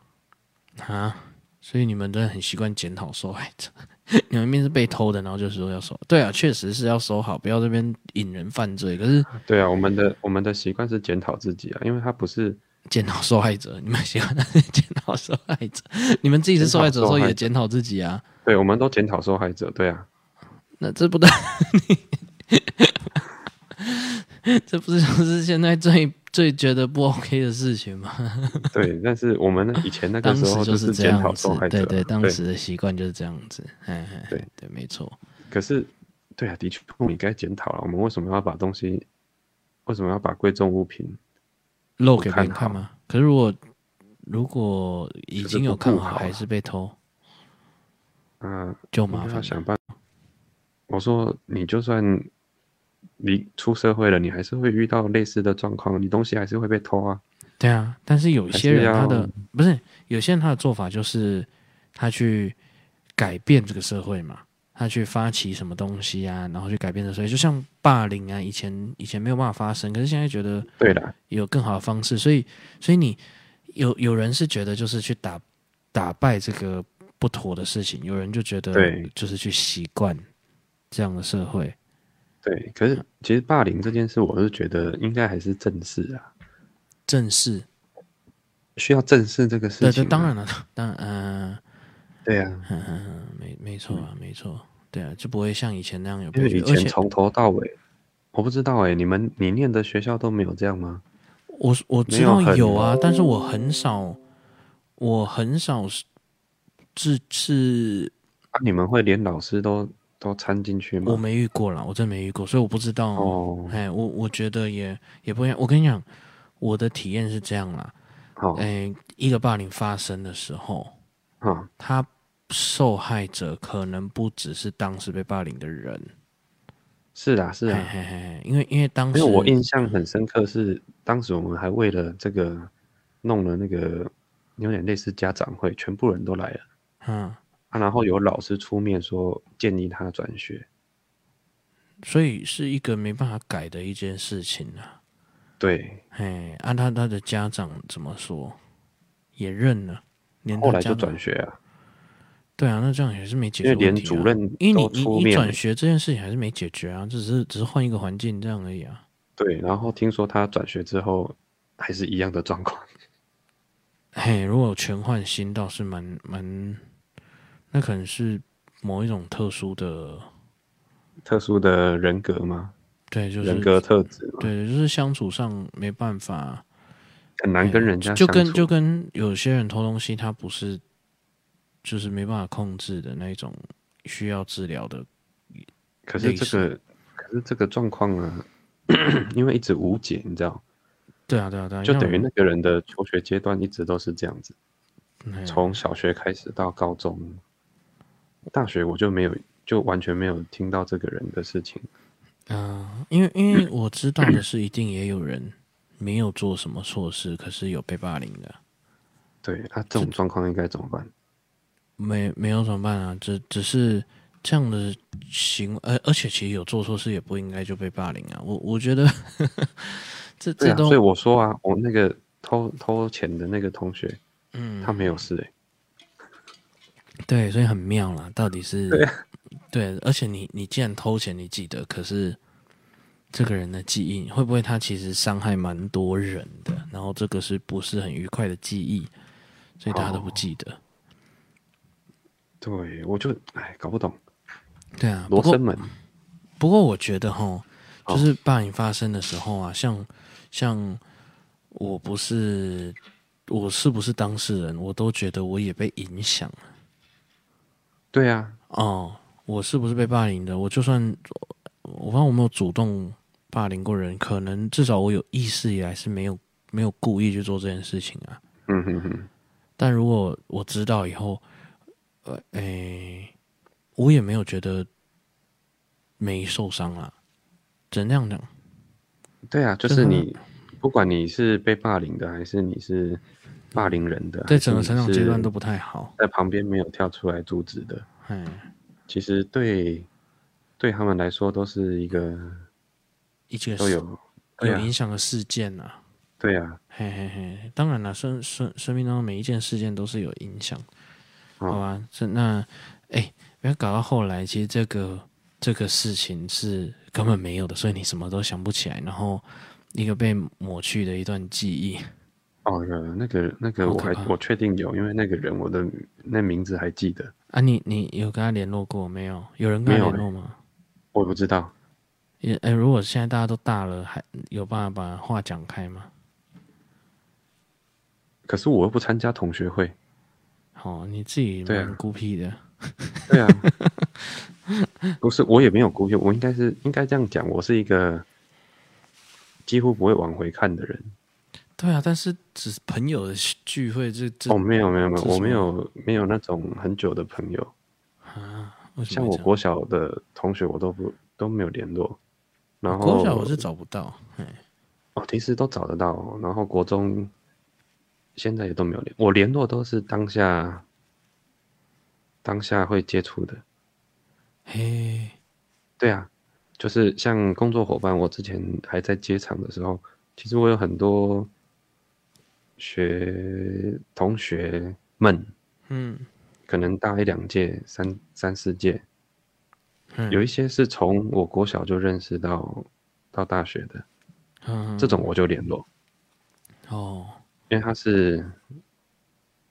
Speaker 2: 啊，所以你们真的很习惯检讨受害者， 你们一面是被偷的，然后就说要收，对啊，确实是要收好，不要这边引人犯罪。可是
Speaker 3: 对啊，我们的我们的习惯是检讨自己啊，因为他不是
Speaker 2: 检讨受害者，你们喜欢检讨受害者，你们自己是受害者的时候也检讨自 己啊。
Speaker 3: 对，我们都检讨受害者，对 啊，
Speaker 2: 那这不对， 这不是就是现在最最觉得不 OK 的事情吗？
Speaker 3: 对，但是我们以前那个
Speaker 2: 当
Speaker 3: 时
Speaker 2: 时
Speaker 3: 候
Speaker 2: 就
Speaker 3: 是
Speaker 2: 是这
Speaker 3: 检
Speaker 2: 样
Speaker 3: 讨
Speaker 2: 子
Speaker 3: 受，害者啊，
Speaker 2: 对对，当时的习惯就是这样子，哎哎，
Speaker 3: 对
Speaker 2: 对，没错，
Speaker 3: 可是，对啊，的确，我们应该检讨了。我们为什么要把东西，为什么要把贵重物品？
Speaker 2: 露给别人
Speaker 3: 看
Speaker 2: 看
Speaker 3: 好
Speaker 2: 吗？可是如果如果已
Speaker 3: 就是
Speaker 2: 经有
Speaker 3: 不
Speaker 2: 看
Speaker 3: 顾
Speaker 2: 好
Speaker 3: 好啊
Speaker 2: 还
Speaker 3: 了
Speaker 2: 是被偷，
Speaker 3: 嗯、
Speaker 2: 就
Speaker 3: 我
Speaker 2: 麻
Speaker 3: 们
Speaker 2: 烦
Speaker 3: 要
Speaker 2: 了。
Speaker 3: 想办法。我说，你就算你出社会了，你还是会遇到类似的状况，你东西还是会被偷啊。
Speaker 2: 对啊，但是有
Speaker 3: 还
Speaker 2: 些
Speaker 3: 是
Speaker 2: 人他
Speaker 3: 要
Speaker 2: 的不是有些人他的做法就是他去改变这个社会嘛，他去发起什么东西啊，然后去改变这个社会，就像霸凌啊，以前以前没有办法发生，可是现在觉得
Speaker 3: 对啦，
Speaker 2: 有更好的方式，所以所以你有有人是觉得就是去打打败这个不妥的事情，有人就觉得
Speaker 3: 对
Speaker 2: 就是去习惯这样的社会，
Speaker 3: 对。可是，其实霸凌这件事，我是觉得应该还是正视啊，
Speaker 2: 正视，
Speaker 3: 需要正视这个事
Speaker 2: 对
Speaker 3: 情、啊
Speaker 2: 呃对，当然，了，当然，嗯、
Speaker 3: 对啊，
Speaker 2: 嗯，没没错啊，没错，对啊，就不会像以前那样有
Speaker 3: 因
Speaker 2: 被
Speaker 3: 为
Speaker 2: 拒
Speaker 3: 以
Speaker 2: 绝。
Speaker 3: 前
Speaker 2: 而且
Speaker 3: 从头到尾，我不知道哎、你们你念的学校都没有这样吗？
Speaker 2: 我我知
Speaker 3: 没有
Speaker 2: 道
Speaker 3: 很
Speaker 2: 有啊，但是我很少，我很少是是是
Speaker 3: 啊，你们会连老师都都掺进去
Speaker 2: 我
Speaker 3: 吗？
Speaker 2: 没遇过啦，我真没遇过，所以我不知道。
Speaker 3: 哦，
Speaker 2: 哎，我我觉得也也不一样。我跟你讲，我的体验是这样啦。
Speaker 3: 好，
Speaker 2: 哎，一个霸凌发生的时候，
Speaker 3: 好，
Speaker 2: 他受害者可能不只是当时被霸凌的人，
Speaker 3: 是啊，是
Speaker 2: 嘿
Speaker 3: 啊，
Speaker 2: 嘿嘿嘿，因为因为当
Speaker 3: 因
Speaker 2: 时
Speaker 3: 为我印象很深刻是，当时我们还为了这个弄了那个有点类似家长会，全部人都来了
Speaker 2: 嗯，
Speaker 3: 啊，然后有老师出面说建议他转学，
Speaker 2: 所以是一个没办法改的一件事情啊。
Speaker 3: 对，
Speaker 2: 嘿，按、他他的家长怎么说，也认了，连他
Speaker 3: 后来
Speaker 2: 家
Speaker 3: 就
Speaker 2: 长
Speaker 3: 转学啊，
Speaker 2: 对啊，那这样也是没解
Speaker 3: 因
Speaker 2: 决
Speaker 3: 为
Speaker 2: 问题、
Speaker 3: 连
Speaker 2: 啊。
Speaker 3: 主任
Speaker 2: 因为
Speaker 3: 都
Speaker 2: 你你
Speaker 3: 出
Speaker 2: 你
Speaker 3: 面了
Speaker 2: 转学这件事情还是没解决啊，只是只是换一个环境这样而已啊。
Speaker 3: 对，然后听说他转学之后还是一样的状况，
Speaker 2: 嘿，如果全换新倒是蛮蛮，那可能是某一种特殊的，
Speaker 3: 特殊的人格吗？
Speaker 2: 对，就是
Speaker 3: 人格特质吗？
Speaker 2: 对，就是相处上没办法，
Speaker 3: 很难跟人家
Speaker 2: 哎就
Speaker 3: 相
Speaker 2: 跟
Speaker 3: 处。
Speaker 2: 就跟有些人偷东西，他不是就是没办法控制的那一种需要治疗的，
Speaker 3: 可是这
Speaker 2: 类
Speaker 3: 个，可是这个状况呢， 因为一直无解，你知道，
Speaker 2: 对啊对啊对啊，
Speaker 3: 就
Speaker 2: 让
Speaker 3: 等于
Speaker 2: 人
Speaker 3: 那个人的求学阶段一直都是这样子，
Speaker 2: 嗯
Speaker 3: 从小学开始到高中，大学我就没有，就完全没有听到这个人的事情。
Speaker 2: 嗯，因为因为我知道的是，一定也有人没有做什么错事，可是有被霸凌的，
Speaker 3: 对，那、这种状况应该怎么办？
Speaker 2: 没没有怎么办啊？只只是这样的行为，而、而且其实有做错事也不应该就被霸凌啊。我我觉得 这
Speaker 3: 对
Speaker 2: 这
Speaker 3: 啊，
Speaker 2: 都、
Speaker 3: 所以我说啊，我那个偷偷钱的那个同学，
Speaker 2: 嗯
Speaker 3: 他没有事、欸，
Speaker 2: 对，所以很妙啦。到底是
Speaker 3: 啊
Speaker 2: 对，而且你你既然偷钱，你记得，可是这个人的记忆会不会他其实伤害蛮多人的？然后这个是不是很愉快的记忆？所以大家都
Speaker 3: 哦
Speaker 2: 不记得。
Speaker 3: 对我就哎搞不懂
Speaker 2: 对啊，不
Speaker 3: 罗
Speaker 2: 过
Speaker 3: 生门，
Speaker 2: 不过我觉得哈，
Speaker 3: 哦
Speaker 2: 就是霸凌发生的时候啊，像像我不是我是不是当事人，我都觉得我也被影响了
Speaker 3: 对啊，
Speaker 2: 哦。我是不是被霸凌的？我就算我发现我没有主动霸凌过人，可能至少我有意识以来是没有没有故意去做这件事情啊。
Speaker 3: 嗯哼哼，
Speaker 2: 但如果我知道以后，呃，诶、我也没有觉得没受伤啦，只能这样讲。
Speaker 3: 对啊，就
Speaker 2: 就是他
Speaker 3: 你，不管你是被霸凌的，还是你是霸凌人的，
Speaker 2: 在
Speaker 3: 还是
Speaker 2: 整个
Speaker 3: 你
Speaker 2: 成长阶段
Speaker 3: 是
Speaker 2: 都不太好。
Speaker 3: 在旁边没有跳出来阻止的，
Speaker 2: 哎，
Speaker 3: 其实对对他们来说都是一个
Speaker 2: 一个
Speaker 3: 都有对
Speaker 2: 有
Speaker 3: 啊
Speaker 2: 影响的事件呐、啊。
Speaker 3: 对啊，
Speaker 2: 嘿嘿嘿，当然了，生生生命当中每一件事件都是有影响，
Speaker 3: 嗯
Speaker 2: 好吧？这那，哎，不要搞到后来，其实这个这个事情是根本没有的，所以你什么都想不起来，然后一个被抹去的一段记忆。
Speaker 3: 哦，有那个那个
Speaker 2: 好
Speaker 3: 我
Speaker 2: 可
Speaker 3: 还
Speaker 2: 怕
Speaker 3: 我确定有，因为那个人我的那名字还记得，
Speaker 2: 啊，你你有跟他联络过没有？有人跟
Speaker 3: 没
Speaker 2: 他
Speaker 3: 有
Speaker 2: 联络吗？
Speaker 3: 我不知道，
Speaker 2: 也哎，如果现在大家都大了，还有办法把话讲开吗？
Speaker 3: 可是我又不参加同学会，
Speaker 2: 哦，你自己
Speaker 3: 对啊
Speaker 2: 蛮孤僻的。
Speaker 3: 对 啊，不是我也没有故意，我应该是应该这样讲，我是一个几乎不会往回看的人。
Speaker 2: 对啊，但是只是朋友的聚会，这这
Speaker 3: 哦，没有没有没有，
Speaker 2: 这是
Speaker 3: 我没
Speaker 2: 什
Speaker 3: 有没有那种很久的朋友，
Speaker 2: 啊，为什
Speaker 3: 像
Speaker 2: 么会
Speaker 3: 我
Speaker 2: 这样
Speaker 3: 国小的同学我都不都没有联络，然后
Speaker 2: 国小我是找不到，哎，
Speaker 3: 哦，平时都找得到哦，然后国中现在也都没有联，我联络都是当下当下会接触的，
Speaker 2: 嘿，
Speaker 3: 对啊，就是像工作伙伴，我之前还在接场的时候，其实我有很多学同学们，
Speaker 2: 嗯，
Speaker 3: 可能大一两届、三三四届，
Speaker 2: 嗯
Speaker 3: 有一些是从我国小就认识到到大学的，
Speaker 2: 嗯
Speaker 3: 这种我就联络，
Speaker 2: 哦，
Speaker 3: 因为他是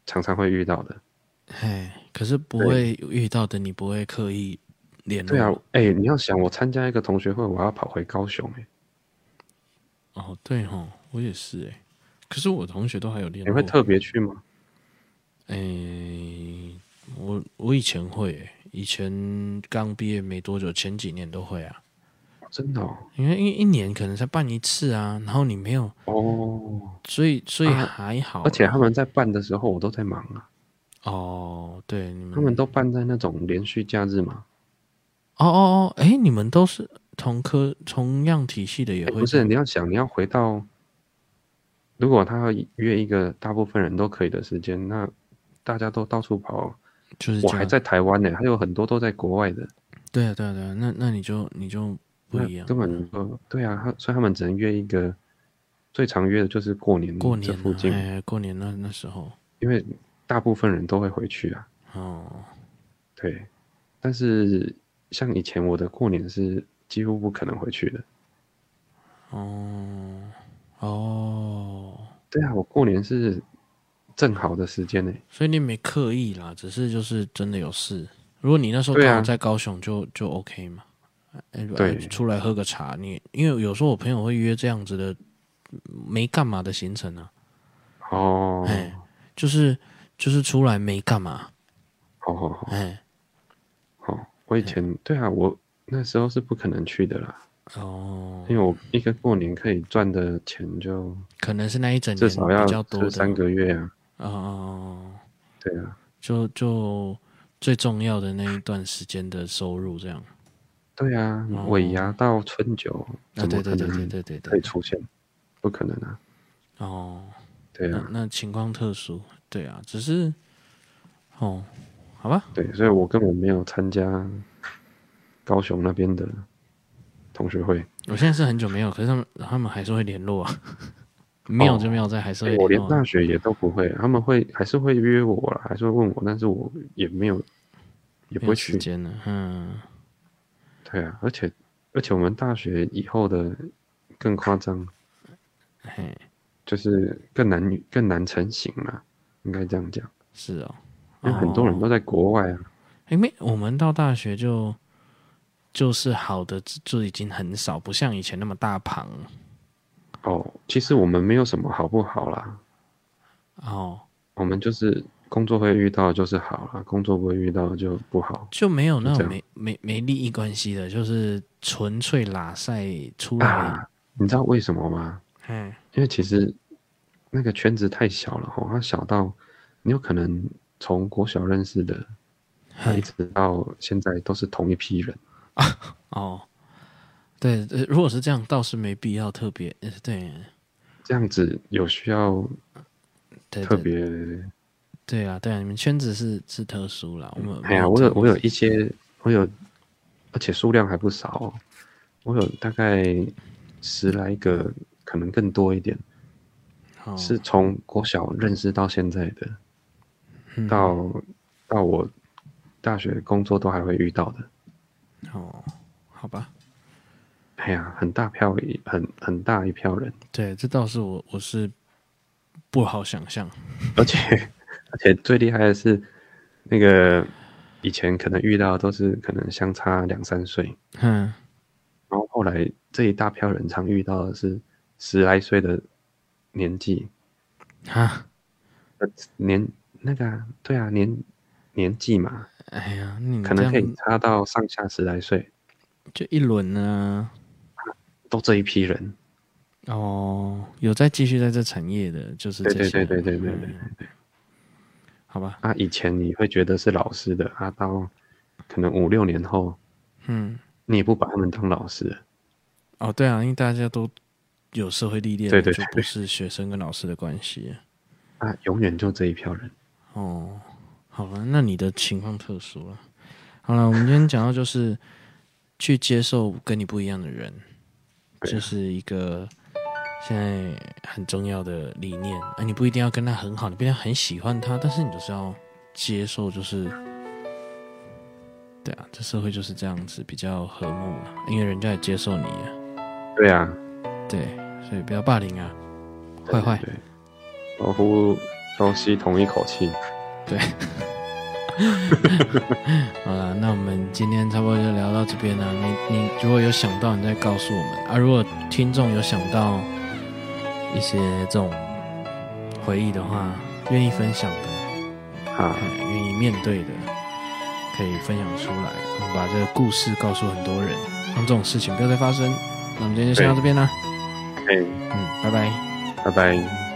Speaker 3: 常常会遇到的。
Speaker 2: 嘿，可是不会遇到的，你不会刻意联络。
Speaker 3: 对啊，哎、你要想，我参加一个同学会，我要跑回高雄、哎，
Speaker 2: 哦，对哦，我也是哎、可是我同学都还有联
Speaker 3: 你
Speaker 2: 络。
Speaker 3: 会特别去吗？
Speaker 2: 哎、我我以前会、欸，以前刚毕业没多久，前几年都会啊。
Speaker 3: 真的哦，
Speaker 2: 因为一一年可能才办一次啊，然后你没有，
Speaker 3: 哦
Speaker 2: 所以所以
Speaker 3: 啊
Speaker 2: 还好啦、
Speaker 3: 而且他们在办的时候，我都在忙啊。
Speaker 2: 哦，对，你们
Speaker 3: 他们都办在那种连续假日嘛，
Speaker 2: 哦哦哦，哎、你们都是同科同样体系的也
Speaker 3: 哎
Speaker 2: 会
Speaker 3: 不是？你要想，你要回到，如果他要约一个大部分人都可以的时间，那大家都到处跑。
Speaker 2: 就是这
Speaker 3: 我
Speaker 2: 样
Speaker 3: 还在台湾呢、还有很多都在国外的，
Speaker 2: 对啊对啊对啊，那那你就你就不
Speaker 3: 那
Speaker 2: 一样，嗯
Speaker 3: 根本就对啊，他所以他们只能约一个，最常约的就是过年
Speaker 2: 过
Speaker 3: 嗯这
Speaker 2: 年
Speaker 3: 附
Speaker 2: 啊
Speaker 3: 近，
Speaker 2: 哎、过年那那时候
Speaker 3: 因为大部分人都会回去啊。
Speaker 2: 哦，
Speaker 3: 对，但是像以前我的过年是几乎不可能回去的。
Speaker 2: 哦，哦，
Speaker 3: 对啊，我过年是正好的时间呢、
Speaker 2: 所以你没刻意啦，只是就是真的有事。如果你那时候
Speaker 3: 对啊
Speaker 2: 刚好在高雄就，就 OK 嘛。哎
Speaker 3: 对
Speaker 2: 哎出来喝个茶，你因为有时候我朋友会约这样子的没干嘛的行程啊，
Speaker 3: 哦，
Speaker 2: 哎、就是就是出来没干嘛，
Speaker 3: 好好好
Speaker 2: 哎，
Speaker 3: 好，我以前对啊，我那时候是不可能去的啦，
Speaker 2: 哦，
Speaker 3: 因为我一个过年可以赚的钱就
Speaker 2: 可能是那一整年
Speaker 3: 至少要
Speaker 2: 比较多
Speaker 3: 这
Speaker 2: 的
Speaker 3: 三个月啊。
Speaker 2: 哦，
Speaker 3: 对啊，
Speaker 2: 就就最重要的那一段时间的收入这样。
Speaker 3: 对啊，尾牙到春酒
Speaker 2: 哦
Speaker 3: 怎
Speaker 2: 啊，对
Speaker 3: 么
Speaker 2: 对
Speaker 3: 可
Speaker 2: 对对
Speaker 3: 能
Speaker 2: 对对
Speaker 3: 可以
Speaker 2: 对，
Speaker 3: 出现？不可能啊！
Speaker 2: 哦。
Speaker 3: 对
Speaker 2: 那
Speaker 3: 啊，
Speaker 2: 那情况特殊，对啊，只是哦，好吧，
Speaker 3: 对，所以我根本没有参加高雄那边的同学会，
Speaker 2: 我现在是很久没有，可是他们他们还是会联络啊， 没有就没有在，还是会
Speaker 3: 哎我连
Speaker 2: 联络啊、
Speaker 3: 大学也都不会，他们会还是会约我啦，还是会问我，但是我也没有，也
Speaker 2: 没
Speaker 3: 不
Speaker 2: 有
Speaker 3: 会
Speaker 2: 时
Speaker 3: 去。
Speaker 2: 间了，嗯，
Speaker 3: 对啊，而且而且我们大学以后的更夸张，
Speaker 2: 嘿，
Speaker 3: 就是更难更难成型了，应该这样讲，
Speaker 2: 是哦，
Speaker 3: 因为很多人
Speaker 2: 哦
Speaker 3: 都在国外啊。
Speaker 2: 哎、没，我们到大学就就是好的就就已经很少，不像以前那么大庞
Speaker 3: 哦，其实我们没有什么好不好啦，
Speaker 2: 哦，
Speaker 3: 我们就是工作会遇到就是好啦，工作不会遇到就不好
Speaker 2: 就没有那
Speaker 3: 这
Speaker 2: 种
Speaker 3: 样
Speaker 2: 没没没利益关系的，就是纯粹拉塞出来，
Speaker 3: 啊。你知道为什么吗？
Speaker 2: 嗯、
Speaker 3: 因为其实那个圈子太小了吼，它小到你有可能从国小认识的，那一
Speaker 2: 嘿
Speaker 3: 直到现在都是同一批人。
Speaker 2: 哦，对，呃如果是这样，倒是没必要特别，呃对，
Speaker 3: 这样子有需要
Speaker 2: 对，
Speaker 3: 特
Speaker 2: 对
Speaker 3: 别？
Speaker 2: 对啊，对啊，你们圈子是是特殊啦，我们
Speaker 3: 哎呀，
Speaker 2: 没
Speaker 3: 我
Speaker 2: 特
Speaker 3: 有我有一些，我有，而且数量还不少哦、我有大概十来个，可能更多一点，
Speaker 2: 哦
Speaker 3: 是从国小认识到现在的，
Speaker 2: 嗯
Speaker 3: 到到我大学工作都还会遇到的。
Speaker 2: 哦，好吧，
Speaker 3: 哎呀，很大票一很很大一票人，
Speaker 2: 对，这倒是我我是不好想象，
Speaker 3: 而且而且最厉害的是，那个以前可能遇到的都是可能相差两三岁，
Speaker 2: 嗯，
Speaker 3: 然后后来这一大票人常遇到的是十来岁的年纪，
Speaker 2: 哈，
Speaker 3: 呃，年那个、啊、对啊年年纪嘛，
Speaker 2: 哎呀，你
Speaker 3: 可
Speaker 2: 这
Speaker 3: 能
Speaker 2: 样
Speaker 3: 可以差到上下十来岁，
Speaker 2: 就一轮呢、
Speaker 3: 都这一批人。
Speaker 2: 哦，有在继续在这产业的，就是
Speaker 3: 对
Speaker 2: 这
Speaker 3: 对
Speaker 2: 些
Speaker 3: 对
Speaker 2: 人，
Speaker 3: 对对对对
Speaker 2: 嗯，好吧，
Speaker 3: 啊，以前你会觉得是老师的，啊，到可能五六年后，
Speaker 2: 嗯，
Speaker 3: 你也不把他们当老师了。
Speaker 2: 哦，对啊，因为大家都有社会历练了，
Speaker 3: 对对
Speaker 2: 就不是学生跟老师的关系。
Speaker 3: 啊，永远就这一票人。
Speaker 2: 哦，好了，那你的情况特殊了。好了，我们今天讲到就是去接受跟你不一样的人，
Speaker 3: 对啊
Speaker 2: 这是一个现在很重要的理念。啊，你不一定要跟他很好，你不一定要很喜欢他，但是你就是要接受，就是对啊，这社会就是这样子比较和睦了，因为人家也接受你啊。
Speaker 3: 对啊，
Speaker 2: 对，所以不要霸凌啊，坏坏。
Speaker 3: 对，老夫都吸同一口气。
Speaker 2: 好了，那我们今天差不多就聊到这边了。你你如果有想到，你再告诉我们啊。如果听众有想到一些这种回忆的话，愿意分享的，
Speaker 3: 啊
Speaker 2: 哎，愿意面对的，可以分享出来，我们把这个故事告诉很多人，让这种事情不要再发生。那我们今天就先到这边啦，
Speaker 3: 哎，
Speaker 2: 嗯，拜拜。
Speaker 3: 拜拜。